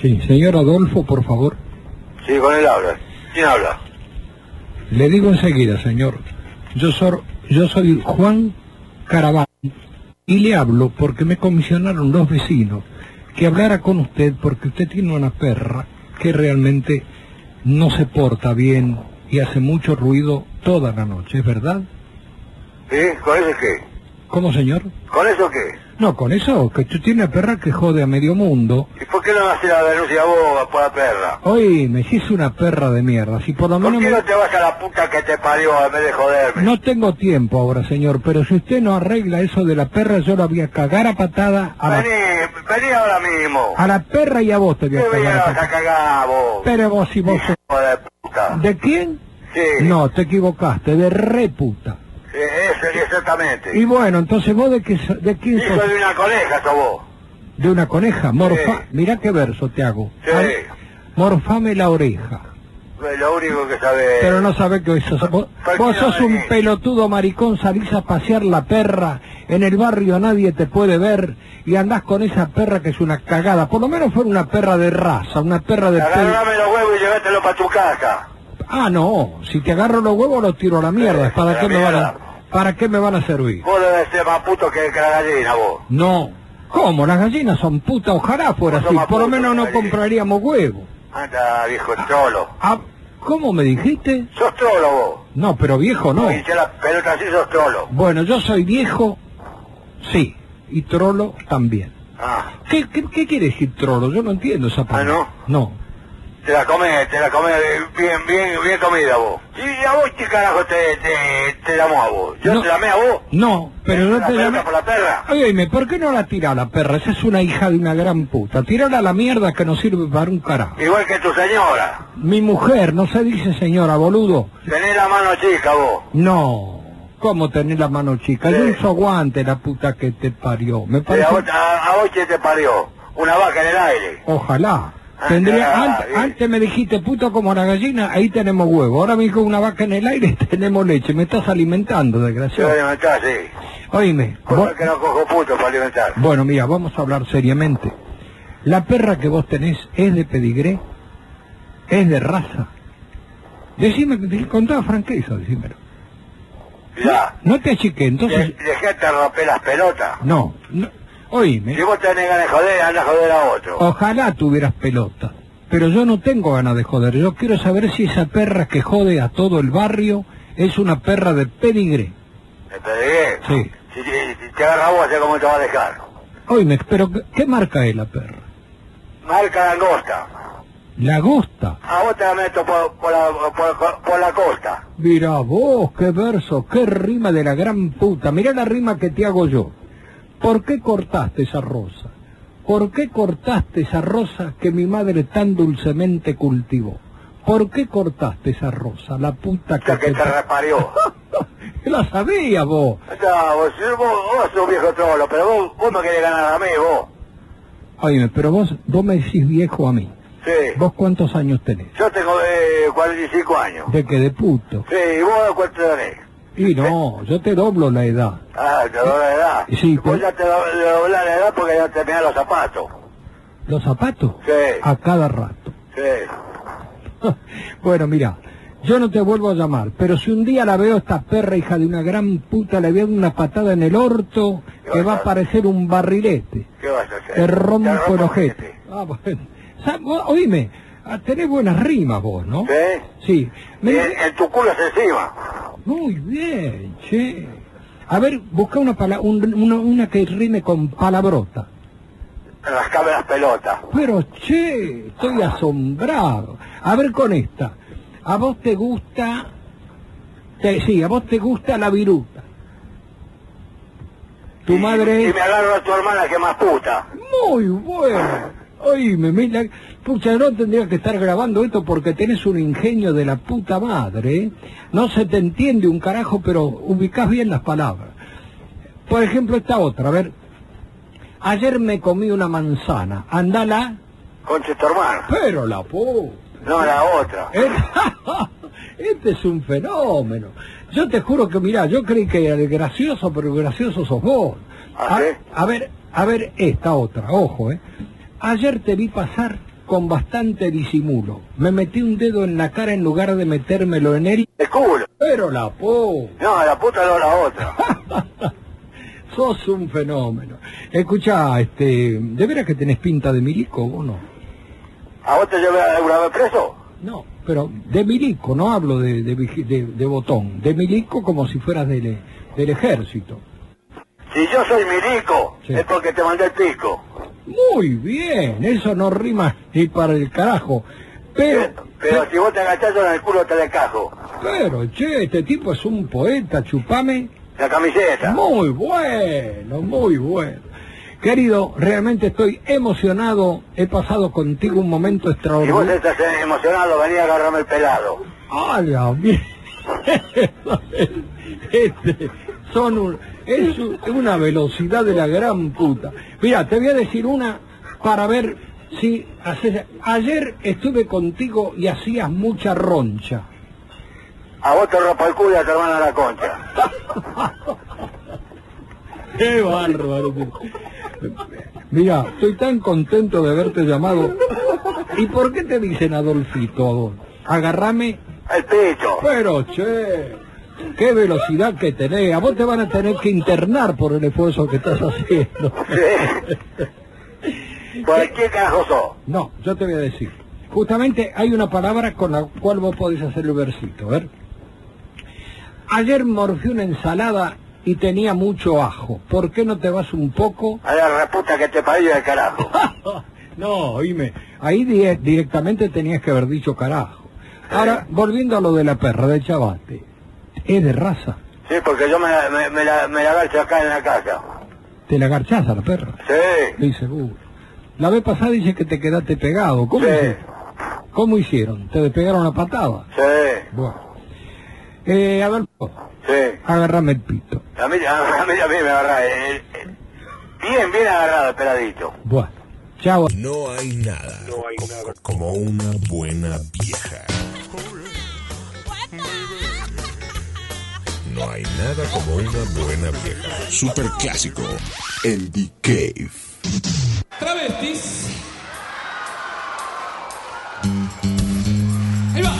Sí, señor Adolfo, por favor. Sí, con él habla. ¿Quién habla? Le digo enseguida, señor. Yo soy, yo soy Juan Caraván y le hablo porque me comisionaron los vecinos que hablara con usted porque usted tiene una perra que realmente no se porta bien y hace mucho ruido toda la noche, ¿es verdad? ¿Sí? ¿Con eso qué? ¿Cómo, señor? ¿Con eso qué? No, con eso, que usted tiene una perra que jode a medio mundo. ¿Y por qué no haces la denuncia vos por la perra? Hoy me hiciste una perra de mierda, si por lo ¿Por menos... qué me- no te vas a la puta que te parió en vez de joderme? No tengo tiempo ahora, señor, pero si usted no arregla eso de la perra, yo la voy a cagar a patada a la, Ah, Vení, vení ahora mismo. a la perra y a vos te voy a ¿Qué me cagar a llevas a patada. cagar vos? Pero vos, si vos... sos- Hijo de puta. ¿De quién? Sí. No, te equivocaste, de reputa. Sí, eso exactamente. Y bueno, entonces vos de, qué, so- de quién Hijo sos? de una coneja sos vos. De una coneja, morfa... Mirá qué verso te hago. Sí. Ay, Morfame la oreja. Lo único que sabés. Pero no sabés que eso... Vos, ¿Por vos qué sos un hablas? pelotudo maricón, salís a pasear la perra, en el barrio nadie te puede ver y andás con esa perra que es una cagada. Por lo menos fue una perra de raza, una perra de... pelo. Agarrame los huevos y llévatelo para tu casa. Ah, no, si te agarro los huevos los tiro a la mierda. ¿Para la qué me van a, mierda. ¿para qué me van a servir? Vos debes ser más puto que, que la gallina, vos. No. ¿Cómo? Las gallinas son putas, ojalá fuera No así. somos Por lo putas, menos no gallina. compraríamos huevos. Anda, viejo trolo. Ah, ¿Cómo me dijiste? Sos trolo, vos. No, pero viejo no. Y si la pelota así sos trolo. Bueno, yo soy viejo, sí, y trolo también. Ah, ¿Qué, qué, qué quiere decir trolo? Yo no entiendo esa palabra. no? te la comés, te la comés bien, bien, bien comida, vos. ¿Y a vos qué carajo te, te, te damos a vos? ¿Yo No. te la amé a vos? No, pero ¿La no te pelota llamé... por la perra? Oye, ¿por qué no la tira la perra? Esa es una hija de una gran puta. Tírala a la mierda que no sirve para un carajo. Igual que tu señora. Mi mujer, no se dice señora, boludo. Tenés la mano chica, vos. No, ¿cómo tener la mano chica? Yo Sí. uso guante, la puta que te parió. Me Y parece... Eh, a, vos, a, a vos quién te parió? Una vaca en el aire. Ojalá. Ah, Tendría, ah, ant- antes, bien. me dijiste puto como la gallina, ahí tenemos huevo. Ahora me dijo una vaca en el aire, tenemos leche. Me estás alimentando, Te voy a desgraciado. alimentar, sí. Oíme. Cosa vos- que no cojo puto para alimentar. Bueno, mira, vamos a hablar seriamente. La perra que vos tenés es de pedigré, es de raza. Decime, de- con toda franqueza, decímelo. Ya. No te achiqué, entonces... Dejate romper las pelotas. No, no. Oíme. Si vos tenés ganas de joder, anda a joder a otro. Ojalá tuvieras pelota. Pero yo no tengo ganas de joder. Yo quiero saber si esa perra que jode a todo el barrio es una perra de pedigré. ¿Me pegué? Sí. Si, si- si te agarra vos, sé cómo te va a dejar. Oye, pero ¿qué- ¿qué marca es la perra? Marca langosta. La Gosta. A vos te la meto por, por la, por- por la costa. Mira vos, qué verso, qué rima de la gran puta. Mira la rima que te hago yo. ¿Por qué cortaste esa rosa? ¿Por qué cortaste esa rosa que mi madre tan dulcemente cultivó? ¿Por qué cortaste esa rosa, la puta que Ya que te... te reparió. La sabía vos. Anda, vos, si vos, vos sos un viejo trolo, pero vos, vos me querés ganar a mí, vos. Oye, pero vos, vos me decís viejo a mí. Sí. ¿Vos cuántos años tenés? Yo tengo eh, 45 años. ¿De que de puto? Sí, ¿y vos cuánto tenés? Y no, yo te doblo la edad. Ah, te doy la edad. Sí, vos pero- ya te do- le doblás la edad porque ya te mirás los zapatos. ¿Los zapatos? Sí, A cada rato. sí. bueno, mira, yo no te vuelvo a llamar, pero si un día la veo a esta perra hija de una gran puta, le voy a dar una patada en el orto que va a parecer un barrilete. ¿Qué vas a hacer? Te rompo el el ojete. Ah, bueno. Sa- vos, Oíme, ah, tenés buenas rimas vos, ¿no? Sí. Sí. Me- Y en, en tu culo es encima. Muy bien, che. A ver, busca una, pala- un- una, una que rime con palabrota. Rascame las pelotas. Pero che, estoy asombrado. A ver con esta. ¿A vos te gusta? te- sí, a vos te gusta la viruta. Tu Y- madre Y es me agarro a tu hermana que más puta. muy buena. Oíme, mira, pucha, no tendría que estar grabando esto porque tenés un ingenio de la puta madre. ¿eh? No se te entiende un carajo, pero ubicás bien las palabras. Por ejemplo, esta otra, a ver. Ayer me comí una manzana, andala, Concha tu hermana. pero la puta. No, la otra. Eh, Este es un fenómeno. Yo te juro que, mirá, yo creí que era el gracioso, pero el gracioso sos vos. ¿Ah, A, sí? a ver, a ver esta otra, ojo, ¿eh? Ayer te vi pasar con bastante disimulo. Me metí un dedo en la cara en lugar de metérmelo en él, El culo. pero la po. No, la puta no la otra. Sos un fenómeno. Escuchá, este, ¿de veras que tenés pinta de milico vos no? ¿A vos te llevé alguna vez preso? No, pero de milico, no hablo de, de, vigi- de- de botón. De milico como si fueras del, del ejército. Si yo soy milico, Sí. es porque te mandé el pico. Muy bien, eso no rima ni para el carajo. Pero, Pero si vos te agachás yo en el culo te la encajo. pero, che, este tipo es un poeta, chupame. La camiseta. Muy bueno, muy bueno. Querido, realmente estoy emocionado. He pasado contigo un momento Si vos extraordinario. estás eh, emocionado, vení a agarrarme el pelado. ¡Hala! bien! Este, son un- es un- una velocidad de la gran puta. Mira, te voy a decir una para ver si haces... Ayer estuve contigo y hacías mucha roncha. A vos te rompo el culo y a tu hermana la concha. ¡Qué bárbaro! Mira, estoy tan contento de haberte llamado. ¿Y por qué te dicen Adolfito? Adol? Agarrame, El pito. pero che, qué velocidad que tenés. A vos te van a tener que internar por el esfuerzo que estás haciendo. Sí. ¿Por qué carajo sos? No, yo te voy a decir. Justamente hay una palabra con la cual vos podés hacer el versito, ¿ver? Ayer morfé una ensalada y tenía mucho ajo. ¿Por qué no te vas un poco? A la reputa que te parió el carajo. No, oíme, ahí di- directamente tenías que haber dicho carajo. Ahora, volviendo a lo de la perra del chavate, es de raza, Sí, porque yo me la, me, me la, me la agacho acá en la casa. te la garchás a la perra, Sí. estoy seguro. La vez pasada dices que te quedaste pegado, ¿cómo, Sí. hiciste? ¿Cómo hicieron? ¿Te despegaron la patada? Sí. Bueno. Eh, Adolfo, Sí. agárrame el pito. A mí, a mí, a mí me agarra. eh, eh, Bien, bien agarrado el peladito. Bueno, chao. No hay nada, co- co- como una buena vieja. No hay nada como una buena vieja. Super clásico. El The Cave. Travestis. Ahí va.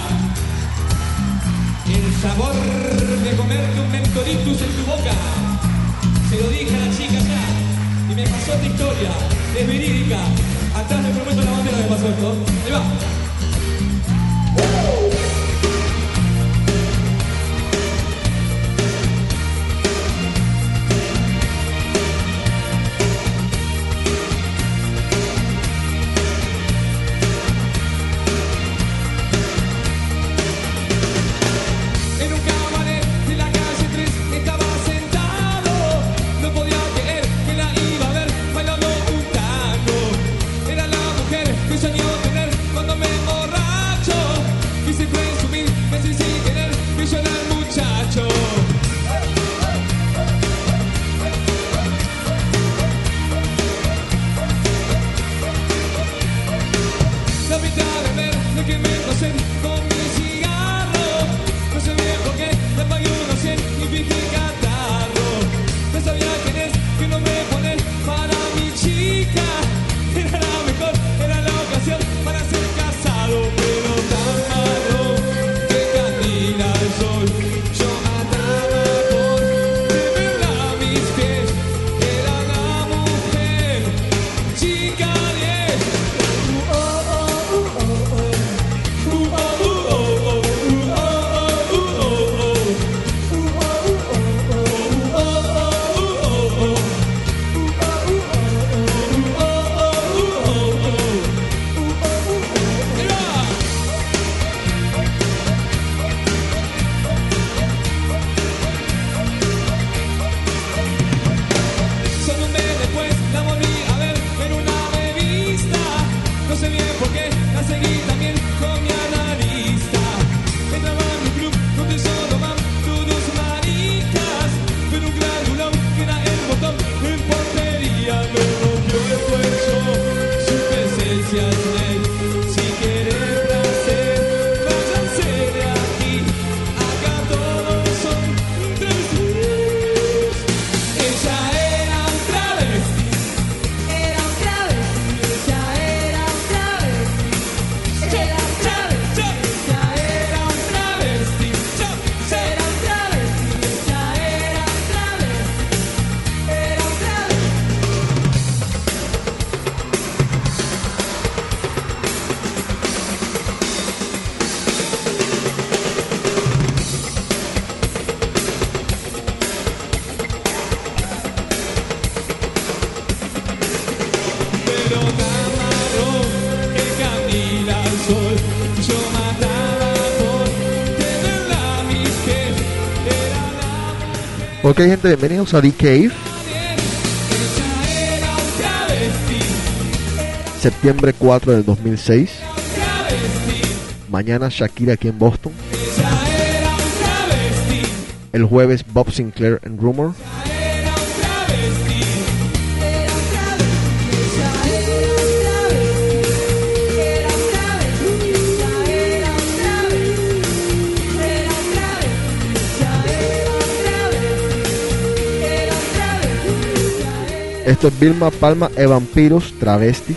El sabor de comerte un mentolitus en tu boca. Se lo dije a la chica ya. Y me pasó esta historia. Es verídica. Atrás me prometo la bandera me pasó esto. Ahí va. En un cabaret de la calle 3 estaba sentado No podía creer que la iba a ver bailando un tango Era la mujer que soñó tener cuando me emborracho Quise presumir, me hice sin querer, que yo era el muchacho La mitad de ver de que me pasen con mi cigarro No se ve por qué me pagué unos 100 y pide catarro No sabía quién es, que no me pone para mi chica Era la mejor, era la ocasión para ser casado Pero tan malo Oh, ah, oh, Ok, gente, bienvenidos a The Cave. Septiembre 4 del 2006. Mañana Shakira aquí en Boston. El jueves Bob Sinclair en Rumor. Esto es Vilma Palma e Vampiros Travesti.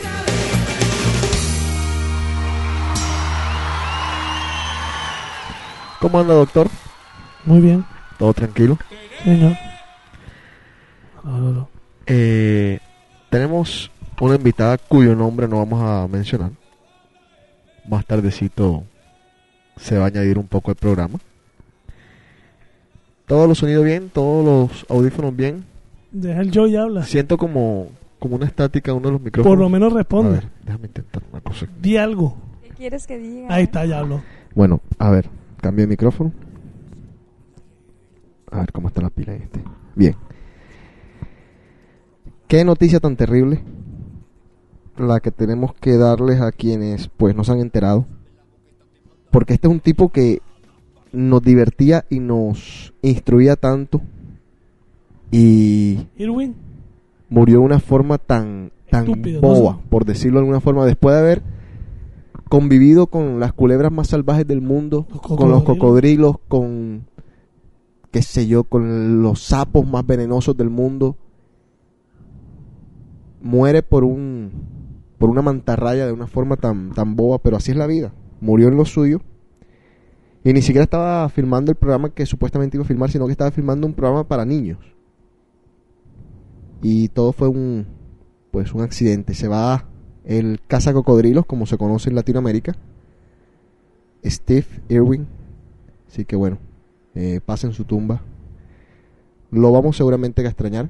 ¿Cómo anda, doctor? Muy bien, ¿Todo tranquilo? señor. No, no, no. Eh, tenemos una invitada cuyo nombre no vamos a mencionar. Más tardecito se va a añadir un poco al programa. Todos los sonidos bien, todos los audífonos bien. Deja el yo y habla. Siento como, como una estática en uno de los micrófonos. Por lo menos A responde. ver, déjame intentar una cosa. Di algo. ¿Qué quieres que diga? Ahí está, ya habló. Bueno, a ver, cambio de micrófono. A ver cómo está la pila en este. Bien. Qué noticia tan terrible la que tenemos que darles a quienes pues no se han enterado. Porque este es un tipo que nos divertía y nos instruía tanto y Irwin, murió de una forma tan, tan Estúpido, ¿no? boba, por decirlo de alguna forma, después de haber convivido con las culebras más salvajes del mundo, Los con los cocodrilos, cocodrilos. con qué sé yo, con los sapos más venenosos del mundo, muere por un por una mantarraya de una forma tan tan boba, pero así es la vida. Murió en lo suyo. Y ni siquiera estaba filmando el programa que supuestamente iba a filmar, sino que estaba filmando un programa para niños y todo fue un pues un accidente. Se va el caza cocodrilos, como se conoce en Latinoamérica. Steve Irwin. Así que bueno, eh, pasa en su tumba. Lo vamos seguramente a extrañar.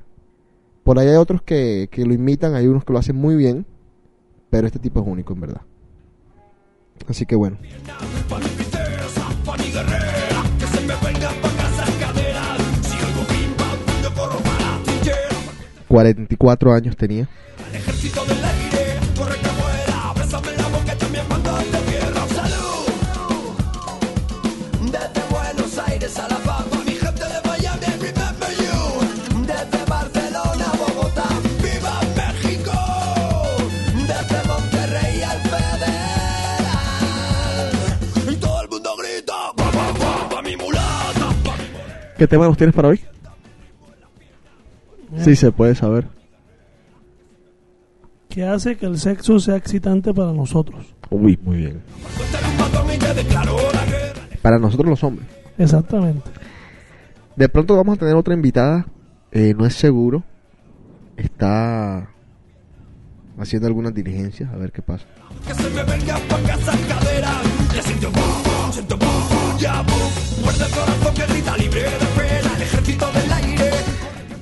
Por ahí hay otros que, que lo imitan, hay unos que lo hacen muy bien, pero este tipo es único en verdad. Así que bueno. ...44 años tenía... ¿Qué tema nos tienes para hoy? Sí, se puede saber. ¿qué hace que el sexo sea excitante para nosotros? Uy, muy bien. Para nosotros los hombres. Exactamente. De pronto vamos a tener otra invitada. eh, no es seguro. Está haciendo algunas diligencias. A ver qué pasa.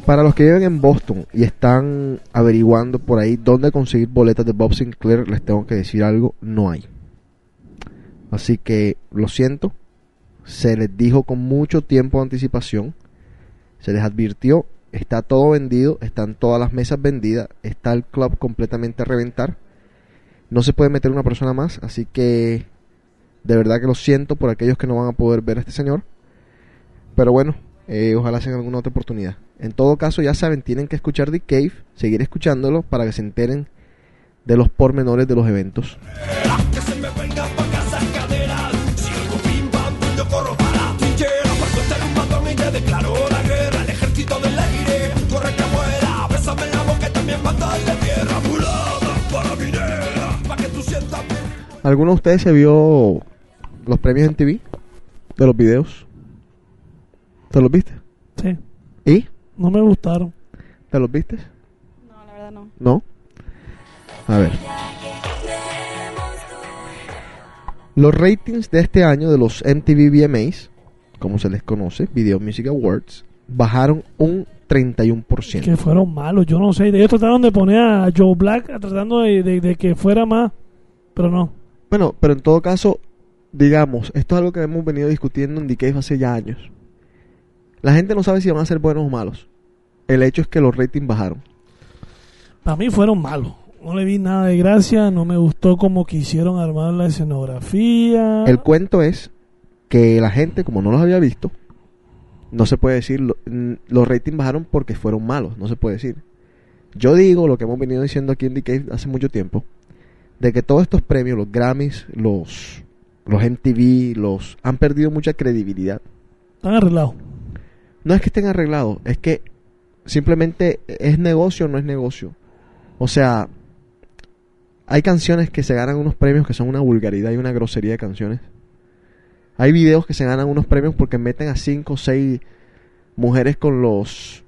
Para los que viven en Boston y están averiguando por ahí dónde conseguir boletas de Bob Sinclair, les tengo que decir algo, no hay. Así que lo siento, se les dijo con mucho tiempo de anticipación, se les advirtió, está todo vendido, están todas las mesas vendidas, está el club completamente a reventar, no se puede meter una persona más, así que de verdad que lo siento por aquellos que no van a poder ver a este señor, pero bueno, eh, ojalá sea en alguna otra oportunidad. En todo caso, ya saben, tienen que escuchar The Cave, seguir escuchándolo para que se enteren de los pormenores de los eventos. ¿Alguno de ustedes se vio los premios en TV? De los videos. ¿Te los viste? Sí, ¿Y? no me gustaron. ¿Te los viste? No, la verdad no. ¿No? A ver. Los ratings de este año de los MTV VMAs, como se les conoce, Video Music Awards, bajaron un 31%. Que fueron malos, yo no sé. Ellos trataron de poner a Joe Black a- tratando de, de- de que fuera más, pero no. Bueno, pero en todo caso, digamos, esto es algo que hemos venido discutiendo en Decay hace ya años. La gente no sabe si van a ser buenos o malos. El hecho es que los ratings bajaron. Para mí fueron malos. No le vi nada de gracia, no me gustó como quisieron armar la escenografía. El cuento es que la gente, como no los había visto, no se puede decir, lo- mm, los ratings bajaron porque fueron malos, no se puede decir. Yo digo lo que hemos venido diciendo aquí en The Cave hace mucho tiempo, de que todos estos premios, los Grammys, los, los MTV, los han perdido mucha credibilidad. Están arreglados. No es que estén arreglados, es que simplemente es negocio o no es negocio. O sea, hay canciones que se ganan unos premios que son una vulgaridad y una grosería de canciones. Hay videos que se ganan unos premios porque meten a 5 o 6 mujeres con los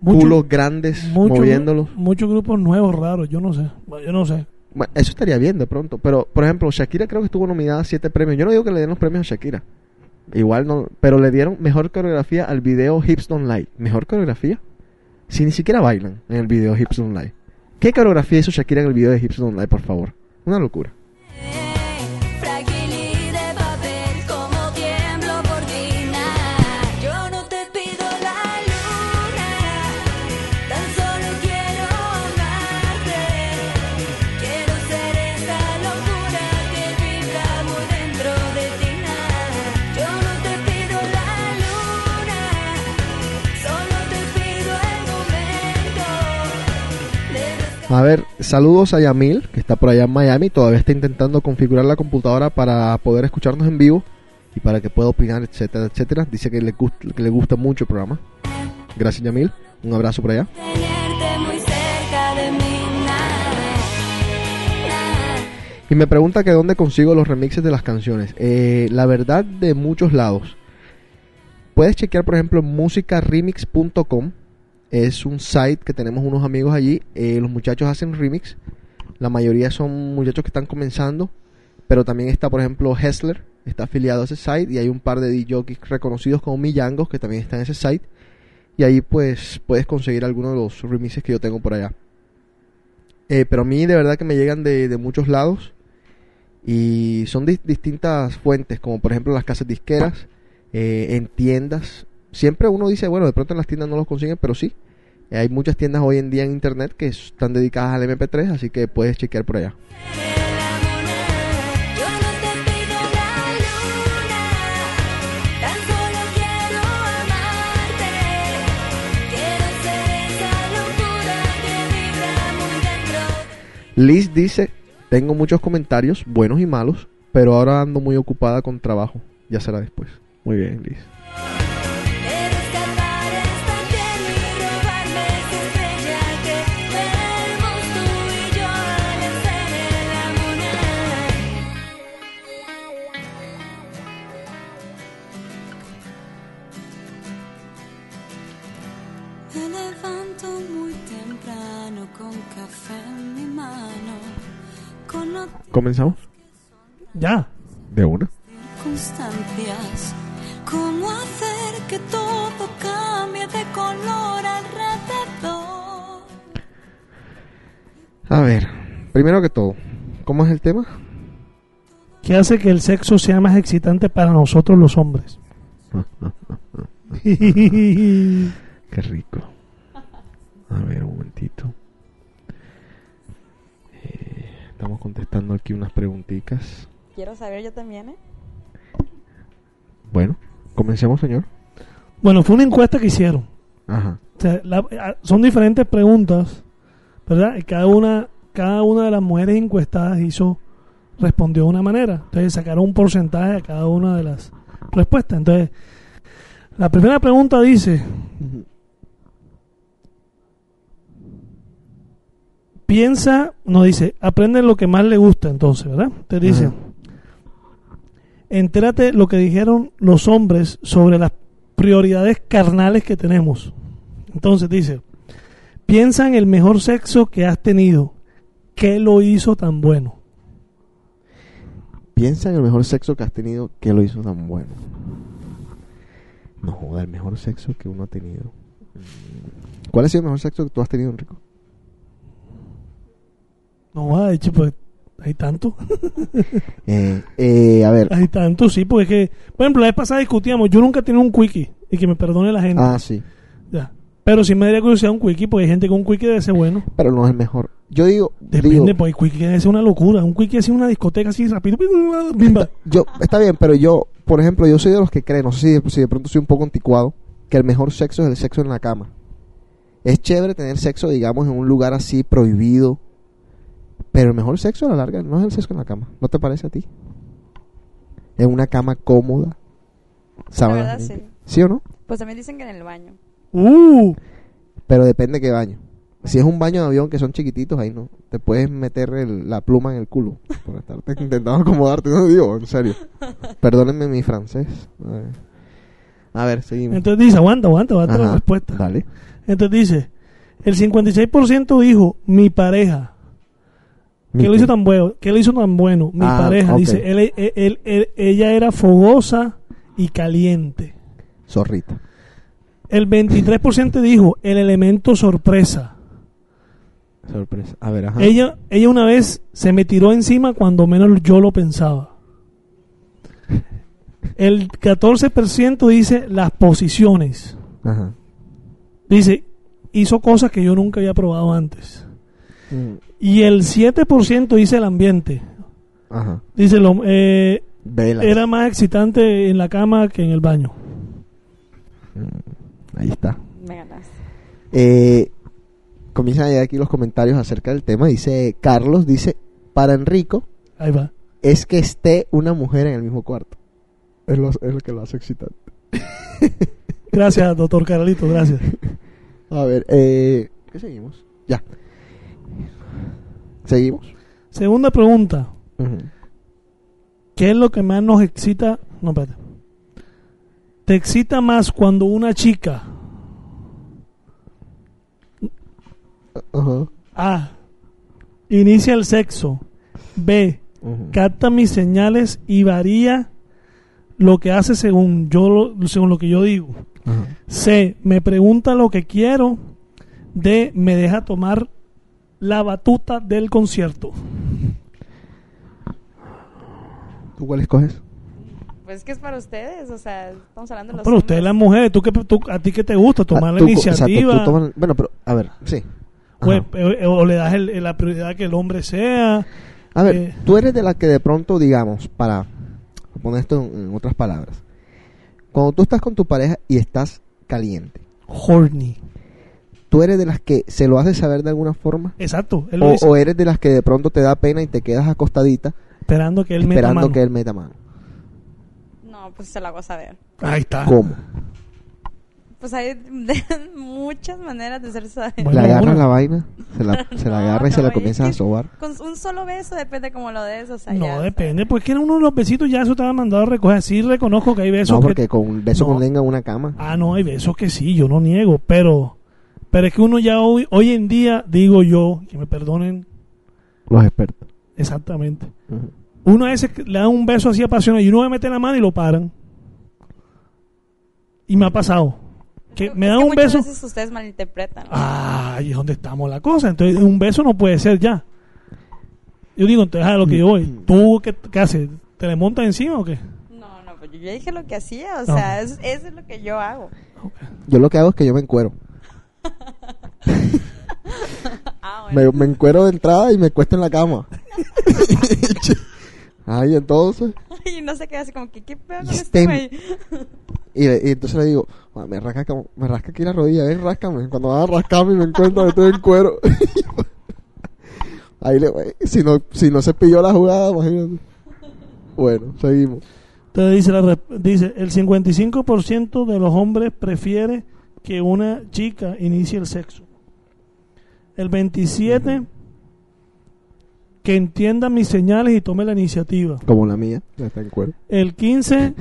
Mucho- culos grandes mucho- moviéndolos. Muchos grupos nuevos, raros, yo no sé. Yo no sé. Bueno, eso estaría bien de pronto. Pero, por ejemplo, Shakira creo que estuvo nominada a 7 premios. Yo no digo que le den los premios a Shakira. Igual no. Pero le dieron mejor coreografía al video Hips Don't Lie. ¿Mejor coreografía? Si ni siquiera bailan en el video Hips Don't Lie. ¿Qué coreografía hizo Shakira en el video de Hips Don't Lie, por favor? Una locura. Frágil y de papel como tiemblo por ti nada. Yo no te pido la luna, tan solo quiero amarte. Quiero ser esa locura que vibra muy dentro de ti nada. Yo no te pido la luna, solo te pido el momento de descansar. A ver, saludos a Yamil, que está por allá en Miami. Todavía está intentando configurar la computadora para poder escucharnos en vivo y para que pueda opinar, etcétera, etcétera. Dice que le, gust- que le gusta mucho el programa. Gracias, Yamil. Un abrazo por allá. Tenerte muy cerca de mí, nada, Y me pregunta que dónde consigo los remixes de las canciones. Eh, la verdad, de muchos lados. Puedes chequear, por ejemplo, musicaremix.com. Es un site que tenemos unos amigos allí. Eh, los muchachos hacen remix. La mayoría son muchachos que están comenzando. Pero también está, por ejemplo, Hessler. Está afiliado a ese site. Y hay un par de DJs reconocidos como Millangos que también están en ese site. Y ahí pues puedes conseguir algunos de los remixes que yo tengo por allá. Eh, pero a mí de verdad que me llegan de, de muchos lados y son dis- distintas fuentes, como por ejemplo las casas disqueras, eh, en tiendas. Siempre uno dice, bueno, de pronto en las tiendas no los consiguen, pero sí. Eh, hay muchas tiendas hoy en día en internet que están dedicadas al MP3, así que puedes chequear por allá. yo no te pido la luna, tan solo quiero amarte, quiero ser esa locura que vibra muy dentro. Liz dice, tengo muchos comentarios, buenos y malos, pero ahora ando muy ocupada con trabajo. Ya será después. Muy bien, Liz. Quiero escapar esta tierra y robarme esa estrella que vemos tú y yo al estar en la luna. Me levanto muy temprano con café en mi mano, con noticias ¿Comenzamos? Ya. De una. circunstancias. ¿Cómo hacer que todo cambie de color alrededor? A ver, primero que todo, ¿cómo es el tema? ¿Qué hace que el sexo sea más excitante para nosotros los hombres? Ah, Qué rico. A ver, un momentito. Eh, estamos contestando aquí unas preguntitas. Quiero saber yo también, ¿eh? Bueno, comencemos, señor. bueno, fue una encuesta que hicieron. Ajá. O sea, la- a- son diferentes preguntas, ¿verdad? Y cada una, cada una de las mujeres encuestadas hizo, respondió de una manera. Entonces sacaron un porcentaje a cada una de las respuestas. Entonces, la primera pregunta dice, piensa, no dice, aprende lo que más le gusta entonces, ¿verdad? Te dice, Ajá. entérate lo que dijeron los hombres sobre las prioridades carnales que tenemos. Entonces dice, piensa en el mejor sexo que has tenido. ¿Qué lo hizo tan bueno? Piensa en el mejor sexo que has tenido. ¿Qué lo hizo tan bueno? No joda, el mejor sexo que uno ha tenido. Mm. ¿Cuál ha sido el mejor sexo que tú has tenido, Enrico? No, ay, chico, pues, Hay tanto, Eh, eh, a ver. hay tanto, sí, porque es que, por ejemplo, la vez pasada discutíamos, yo nunca he tenido un quickie, y que me perdone la gente, Ah, sí. ya. Pero sí me daría curiosidad un quickie, porque hay gente con un quickie debe ser bueno. Pero no es el mejor. Yo digo. Depende, digo, pues el quickie debe ser una locura, un quickie así en una discoteca así rápido, bimba. yo, está bien, pero yo, por ejemplo, yo soy de los que creen, no sé si, si de pronto soy un poco anticuado, que el mejor sexo es el sexo en la cama. Es chévere tener sexo, digamos, en un lugar así prohibido, pero el mejor sexo a la larga no es el sexo en la cama. ¿No te parece a ti? En una cama cómoda. sábanas verdad, sí. limpias. ¿Sí o no? Pues también dicen que en el baño. Uh, Pero depende qué baño. Si es un baño de avión que son chiquititos, ahí no. Te puedes meter el- la pluma en el culo por estarte intentando acomodarte. No digo, en serio. Perdónenme mi francés. A ver, A ver, seguimos. entonces dice, aguanta, aguanta, aguanta la Ajá, respuesta. Dale. Entonces dice, el 56% dijo, mi pareja. ¿Qué lo hizo tan bueno? ¿Qué lo hizo tan bueno? Mi Ah, pareja ok. dice, él- él- él- él- ella era fogosa y caliente. Zorrita. El 23% dijo, el elemento sorpresa. Sorpresa. A ver, ajá. Ella, ella una vez se me tiró encima cuando menos yo lo pensaba. El 14% dice las posiciones. Ajá. Dice, hizo cosas que yo nunca había probado antes. Mm, Y el 7% dice el ambiente. Ajá. Dice, lo, eh, Velas. era más excitante en la cama que en el baño. Mm, Ahí está. Me ganaste. Eh, comienzan a llegar aquí los comentarios acerca del tema. Dice Carlos, dice, para Enrico Ahí va. es que esté una mujer en el mismo cuarto. Es lo, es lo que lo hace excitante. Gracias, doctor Caralito, gracias. A ver, eh, ¿qué seguimos? Ya. ¿Seguimos? Segunda pregunta. ¿Qué es lo que más nos excita? No, espérate. ¿Te excita más cuando una chica Ajá. A. Inicia el sexo. B. Ujú. Capta mis señales y varía lo que hace según, yo, lo- según lo que yo digo. Ajá. C. Me pregunta lo que quiero. D. Me deja tomar la batuta del concierto. ¿Tú cuál escoges? Pues es que es para ustedes, o sea, estamos hablando de los Pero ustedes, hombres. las mujeres, ¿tú qué, tú- ¿a ti qué te gusta? Ah, Tomar la tú co- iniciativa. exacto, tú tomas- bueno, pero, a ver, sí. o, Ajá. o- o le das el- el- la prioridad que el hombre sea. A ver, eh, tú eres de la que de pronto, digamos, para poner esto en, en otras palabras, cuando tú estás con tu pareja y estás caliente, Horny. ¿tú eres de las que se lo hace saber de alguna forma? Exacto. Él lo O, dice, o eres de las que de pronto te da pena y te quedas acostadita esperando que él meta esperando mano. que él meta mano? No, pues se lo hago saber. Ahí está. ¿Cómo? Pues hay de- muchas maneras de hacer saber. ¿Le Bueno, agarras una. la vaina? ¿Se la, se la No, agarra y se no, la es comienzas que- a sobar? Con un solo beso depende cómo lo des, o sea, ya, No, o depende, porque en uno de los besitos ya eso estaba mandado a recoger. Sí reconozco que hay besos No, porque que... con un beso No. con lengua en una cama. Ah, no, hay besos que sí, yo no niego, pero... Pero es que uno ya hoy, hoy en día, digo yo, que me perdonen Los expertos. exactamente, uno a veces que le da un beso así apasionado y uno me mete la mano y lo paran. Y me ha pasado. sea. Que Es me es dan que un muchas beso... veces ustedes malinterpretan. ¿no? Ah, ahí es donde estamos la cosa. Entonces, un beso no puede ser ya. Yo digo, entonces a lo que yo voy. ¿Tú qué, qué haces? ¿Te le montas encima o qué? No, no, pues yo ya dije lo que hacía, o No. sea, es- eso es lo que yo hago. Yo lo que hago es que yo me encuero. Ah, Me, me encuero de entrada y me cuesto en la cama. Ay, entonces. Y no se queda así como que, ¿qué pedo con Y este este- güey? Y, le- y entonces le digo, "Ah, me rasca, como- me rasca aquí la rodilla, ven, ráscame. Cuando va a rascarme me encuentro, estoy en cuero. Ahí le si no, si no se pilló la jugada, imagínate. Bueno, seguimos. Entonces dice, la resp- dice el 55% de los hombres prefiere que una chica inicie el sexo. El 27% que entienda mis señales y tome la iniciativa. Como la mía, ya está en cuero. El 15%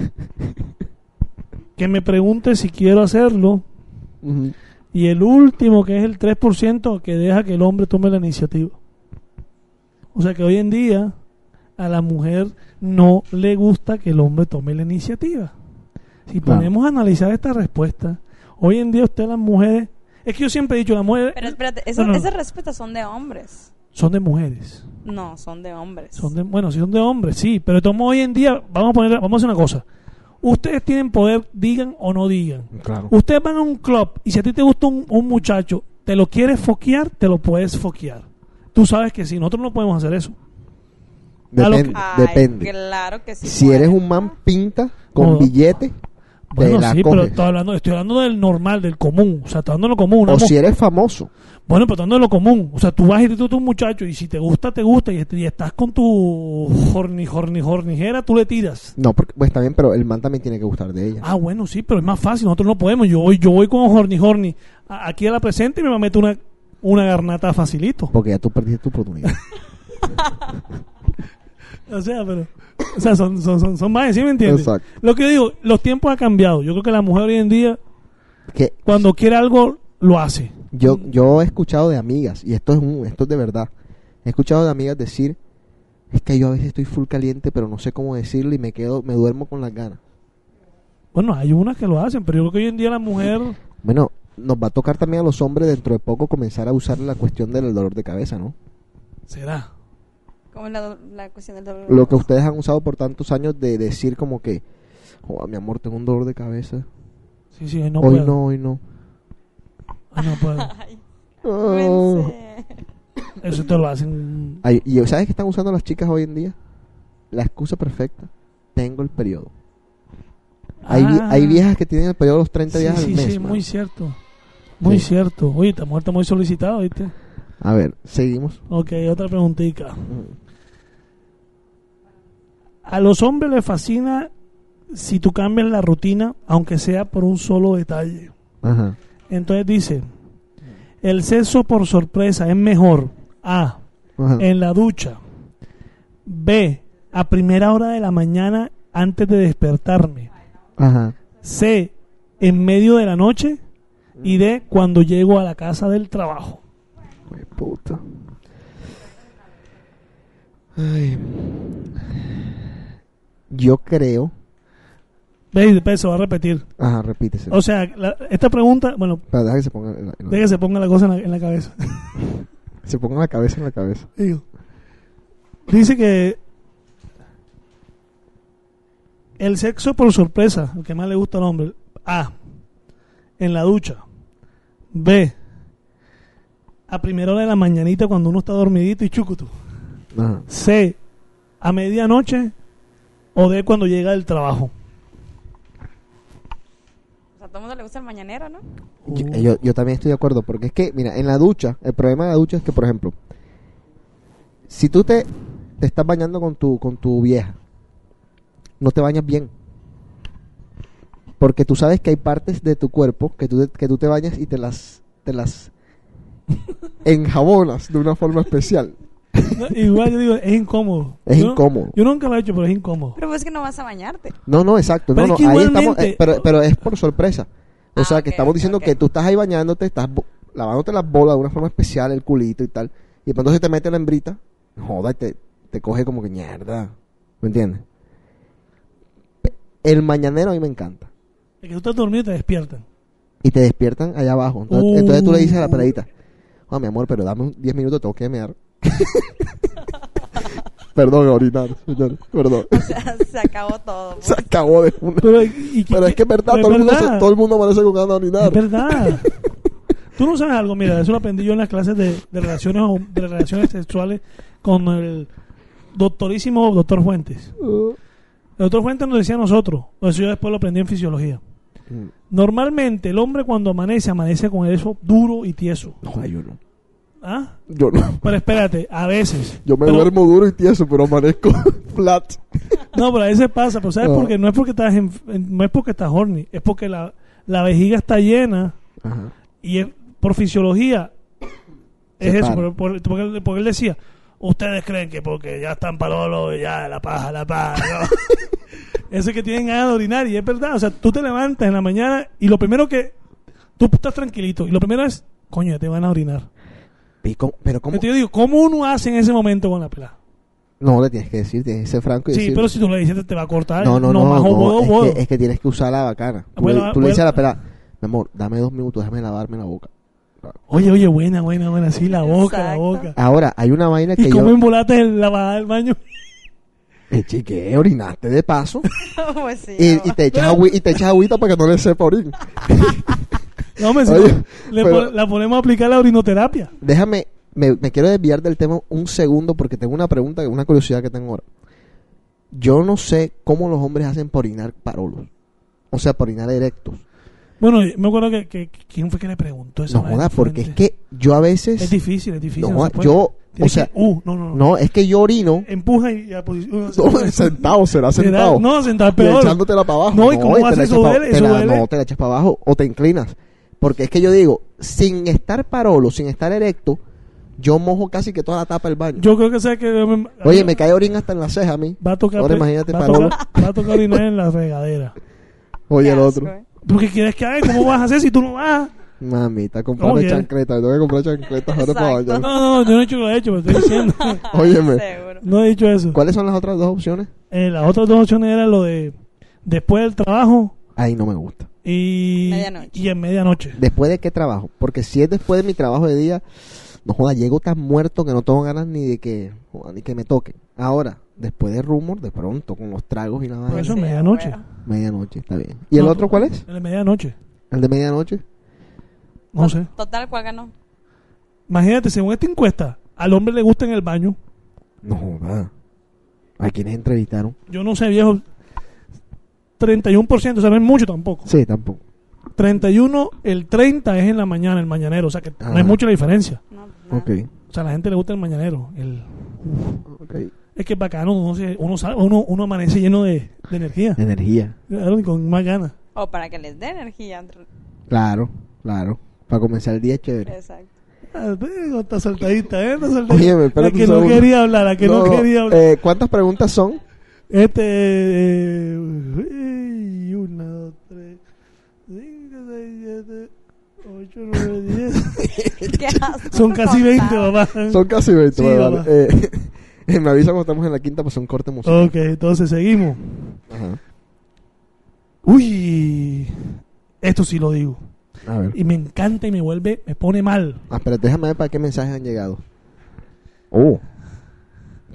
que me pregunte si quiero hacerlo. Ujú. Y el último, que es el 3%, que deja que el hombre tome la iniciativa. O sea que hoy en día a la mujer no le gusta que el hombre tome la iniciativa. Si Claro. ponemos a analizar esta respuesta, hoy en día usted las mujeres... Es que yo siempre he dicho, las mujeres... Pero espérate, esas, No, no, no. esas respuestas son de hombres. son de mujeres. No, son de hombres. Son de, bueno, si son de hombres, sí, pero tomo hoy en día, vamos a poner, vamos a hacer una cosa. Ustedes tienen poder, digan o no digan. Claro. Ustedes van a un club y si a ti te gusta un, un muchacho, te lo quieres foquear, te lo puedes foquear. Tú sabes que si nosotros no podemos hacer eso. a lo que- Depende. Ay, depende. Claro que sí. Si eres un man pinta con No. billete, Bueno, la sí, pero coges. estoy hablando, estoy hablando del normal, del común. O sea, estoy hablando de lo común. una o mu- si eres famoso, Bueno, pero hablando de lo común. O sea, tú vas y te tú, tú, un muchacho y si te gusta, te gusta y, y estás con tu horny, horny, hornijera, tú le tiras. no, porque, pues está bien, pero el man también tiene que gustar de ella. Ah, bueno, sí, pero es más fácil. Nosotros no podemos. Yo voy, yo voy con horny, horny a- aquí a la presente y me meto una, una garnata facilito. Porque ya tú perdiste tu oportunidad. O sea, pero. O sea, son, son, son, son más, ¿sí me entiendes? Exacto. Lo que yo digo, los tiempos han cambiado. Yo creo que la mujer hoy en día, que cuando quiere algo, lo hace. yo, Mm. yo he escuchado de amigas, y esto es, un, esto es de verdad, he escuchado de amigas decir, es que yo a veces estoy full caliente, pero no sé cómo decirlo y me quedo, me duermo con las ganas. Bueno, hay unas que lo hacen, pero yo creo que hoy en día la mujer. Bueno, nos va a tocar también a los hombres dentro de poco comenzar a usar la cuestión del dolor de cabeza, ¿no? Será. Como la, la cuestión del dolor. Lo que ustedes han usado por tantos años de decir como que, oh, mi amor, tengo un dolor de cabeza. Sí, sí, hoy no hoy puedo. no, hoy no. Hoy no puedo. Ay, Oh. pensé. Eso te lo hacen. Ay, ¿Y sabes qué están usando las chicas hoy en día? La excusa perfecta. Tengo el periodo. Hay, vi- Ah. hay viejas que tienen el periodo los 30 Sí, días al sí, mes. sí, mano. muy cierto. Muy Sí. cierto. Oye, esta mujer está muy solicitada, ¿viste? A ver, seguimos. Ok, otra preguntita. A los hombres les fascina si tú cambias la rutina, aunque sea por un solo detalle. Ajá. Entonces dice, el sexo por sorpresa es mejor A, Ajá. en la ducha, B, a primera hora de la mañana antes de despertarme, Ajá. C, en medio de la noche y D, cuando llego a la casa del trabajo. Ay, puta. Ay. Yo creo. Ve, ve, se va a repetir. Ajá, repítese. O sea, la- esta pregunta, bueno, Espera, deja que se ponga, en la- en la- deja que se ponga la cosa en la, en la cabeza. se ponga la cabeza en la cabeza. Digo, dice que el sexo por sorpresa, el que más le gusta al hombre, A, en la ducha, B, a primera hora de la mañanita cuando uno está dormidito y chucutu, Ajá. C, a medianoche o D, cuando llega del trabajo. O sea, a todo el mundo le gusta el mañanero, ¿no? Yo, yo, yo también estoy de acuerdo, porque es que, mira, en la ducha, el problema de la ducha es que, por ejemplo, si tú te, te estás bañando con tu, con tu vieja, no te bañas bien. Porque tú sabes que hay partes de tu cuerpo que tú, que tú te bañas y te las, te las enjabonas de una forma especial. No, Igual yo digo, es incómomo. Es Yo no- incómodo. yo nunca lo he hecho, pero es incómodo. Pero pues que no vas a bañarte. No, no, exacto. Pero no, es que no, ahí igualmente- estamos, eh, pero, pero es por sorpresa. O Ah, sea, ok, que estamos diciendo ok. que tú estás ahí bañándote, estás bo- lavándote las bolas de una forma especial, el culito y tal. Y de pronto se te mete la hembrita, joda, y te, te coge como que mierda. ¿Me entiendes? Pe- El mañanero a mí me encanta. Es que tú estás dormido y te despiertan. Y te despiertan allá abajo. Entonces, Uh. entonces tú le dices a la paredita, oh, mi amor, pero dame un 10 minutos, tengo que mear. perdón, ahorita, señor, perdón. O sea, se acabó todo. pues. se acabó de una. Pero, y- y- Pero es que es verdad, pero todo, es el mundo verdad. se- todo el mundo amanece con ganas de orinar. Es verdad. Tú no sabes algo, mira, eso lo aprendí yo en las clases de, de relaciones hom- de relaciones sexuales con el doctorísimo doctor Fuentes. El doctor Fuentes nos decía a nosotros, eso yo después lo aprendí en fisiología. Normalmente el hombre cuando amanece, amanece con eso duro y tieso. No, yo no. ¿Ah? Yo no. Pero espérate, a veces. Yo me Pero- duermo duro y tieso, pero amanezco flat. No, pero a veces pasa, pero ¿sabes Ah. por qué? No es porque estás, en- en- no es porque estás horny, es porque la, la vejiga está llena Ajá. Y él, por fisiología, es Se eso, para. por- por- porque, él, porque él decía, ustedes creen que porque ya están palolos, ya la paja, la paja, ¿no? eso es que tienen ganas de orinar y es verdad, o sea, tú te levantas en la mañana y lo primero que, tú estás tranquilito y lo primero es, coño, ya te van a orinar. ¿Y cómo- pero cómo? Entonces yo digo, ¿cómo uno hace en ese momento con la pelada? No, le tienes que decir, tienes que ser franco y Sí, decir. pero si tú le dices, te va a cortar. no, no, no, majo, no, bodo, bodo. es, que, es que tienes que usar la bacana. Tú, Bueno, le, tú le dices bueno. a la pelada, mi amor, dame dos minutos, déjame lavarme la boca. Oye, oye, buena, buena, buena. Sí, la boca, la Exacto. boca. Ahora, hay una vaina ¿Y Ah, que cómo yo... embolaste en la bajada del baño? Eh, chique, orinaste de paso pues sí. y, amor. y te echas agüi- y te echas agüita para que no le sepa orín. No, me Oye, le pero- pon- La ponemos a aplicar la orinoterapia. Déjame, me, me quiero desviar del tema un segundo porque tengo una pregunta, una curiosidad que tengo ahora. Yo no sé cómo los hombres hacen para orinar parolos. O sea, para orinar erectos. Bueno, me acuerdo que, que- que- quién fue que le preguntó eso. No joda, porque es que yo a Es veces... difícil, es difícil. No se joda, puede. yo... O Tienes sea, que- uh, no, no, no. no, es que yo orino... Empuja y a posición. No, sentado, será sentado. No, sentado es Y peor. echándotela para abajo. No, ¿y cómo te haces? la Eso echas pa- duele, te eso la- duele. No, te la echas para abajo o te inclinas. Porque es que yo digo, sin estar parolo, sin estar erecto, yo mojo casi que toda la tapa del baño. Yo creo que sea que. Oye, me cae orín hasta en la ceja a mí. Va a tocar. Ahora pe- imagínate va a parolo. tocar- va a tocar orinar en la regadera. Oye, Qué el asco, otro. eh. ¿Tú qué quieres que haga? ¿Cómo vas a hacer si tú no vas? Mamita, comprando Oye. chancletas. Tengo que comprar chancletas ahora para Exacto. bañar. No, no, no, yo no he dicho que lo he hecho, pero estoy diciendo. Óyeme. Seguro. No he dicho eso. ¿Cuáles son las otras dos opciones? Eh, las otras dos opciones eran lo de después del trabajo Ahí no me gusta. y. Medianoche. Y en medianoche. ¿Después de qué trabajo? Porque si es después de mi trabajo de día, no joda, llego tan muerto que no tengo ganas ni de que, joda, ni que me toquen. Ahora, después de rumor, de pronto, con los tragos y nada Por más. eso Pues Sí, medianoche. bueno. Medianoche, está bien. ¿Y el No, otro cuál es? El de medianoche. ¿El de medianoche? Ah. No sé. Total, ¿cuál ganó? Imagínate, según esta encuesta, al hombre le gusta en el baño. No joda. ¿A quiénes entrevistaron? Yo no sé, viejo. 31%, o sea, no es mucho tampoco. Sí, tampoco. 31, el 30 es en la mañana, el mañanero. O sea, que no Ah. es mucha la diferencia. No, pues nada. Ok. O sea, a la gente le gusta el mañanero. El, Ok. es que es bacano, uno, se- uno, sale- uno, uno amanece lleno de, de energía. Eh. Energía. Claro, y con más ganas. O para que les dé energía. entre- Claro, claro. Para comenzar el día chévere. Exacto. Ah, digo, Está saltadita, ¿eh? Está saltadita. Óyeme, la espérate que un no segundo. quería hablar, la que no, quería hablar. eh, ¿Cuántas preguntas son? Este. eh, uy, una, dos, tres, cinco, seis, siete, ocho, nueve, diez. Qué asco. Son casi 20, papá. Son casi 20. Sí, vale, vale. papá. Eh, eh, me avisa cuando estamos en la quinta, pues un corte musical. Ok, entonces seguimos. Ajá. Uy, esto sí lo digo. A ver. Y me encanta y me vuelve, me pone mal. Ah, espérate, déjame ver para qué mensajes han llegado. Oh.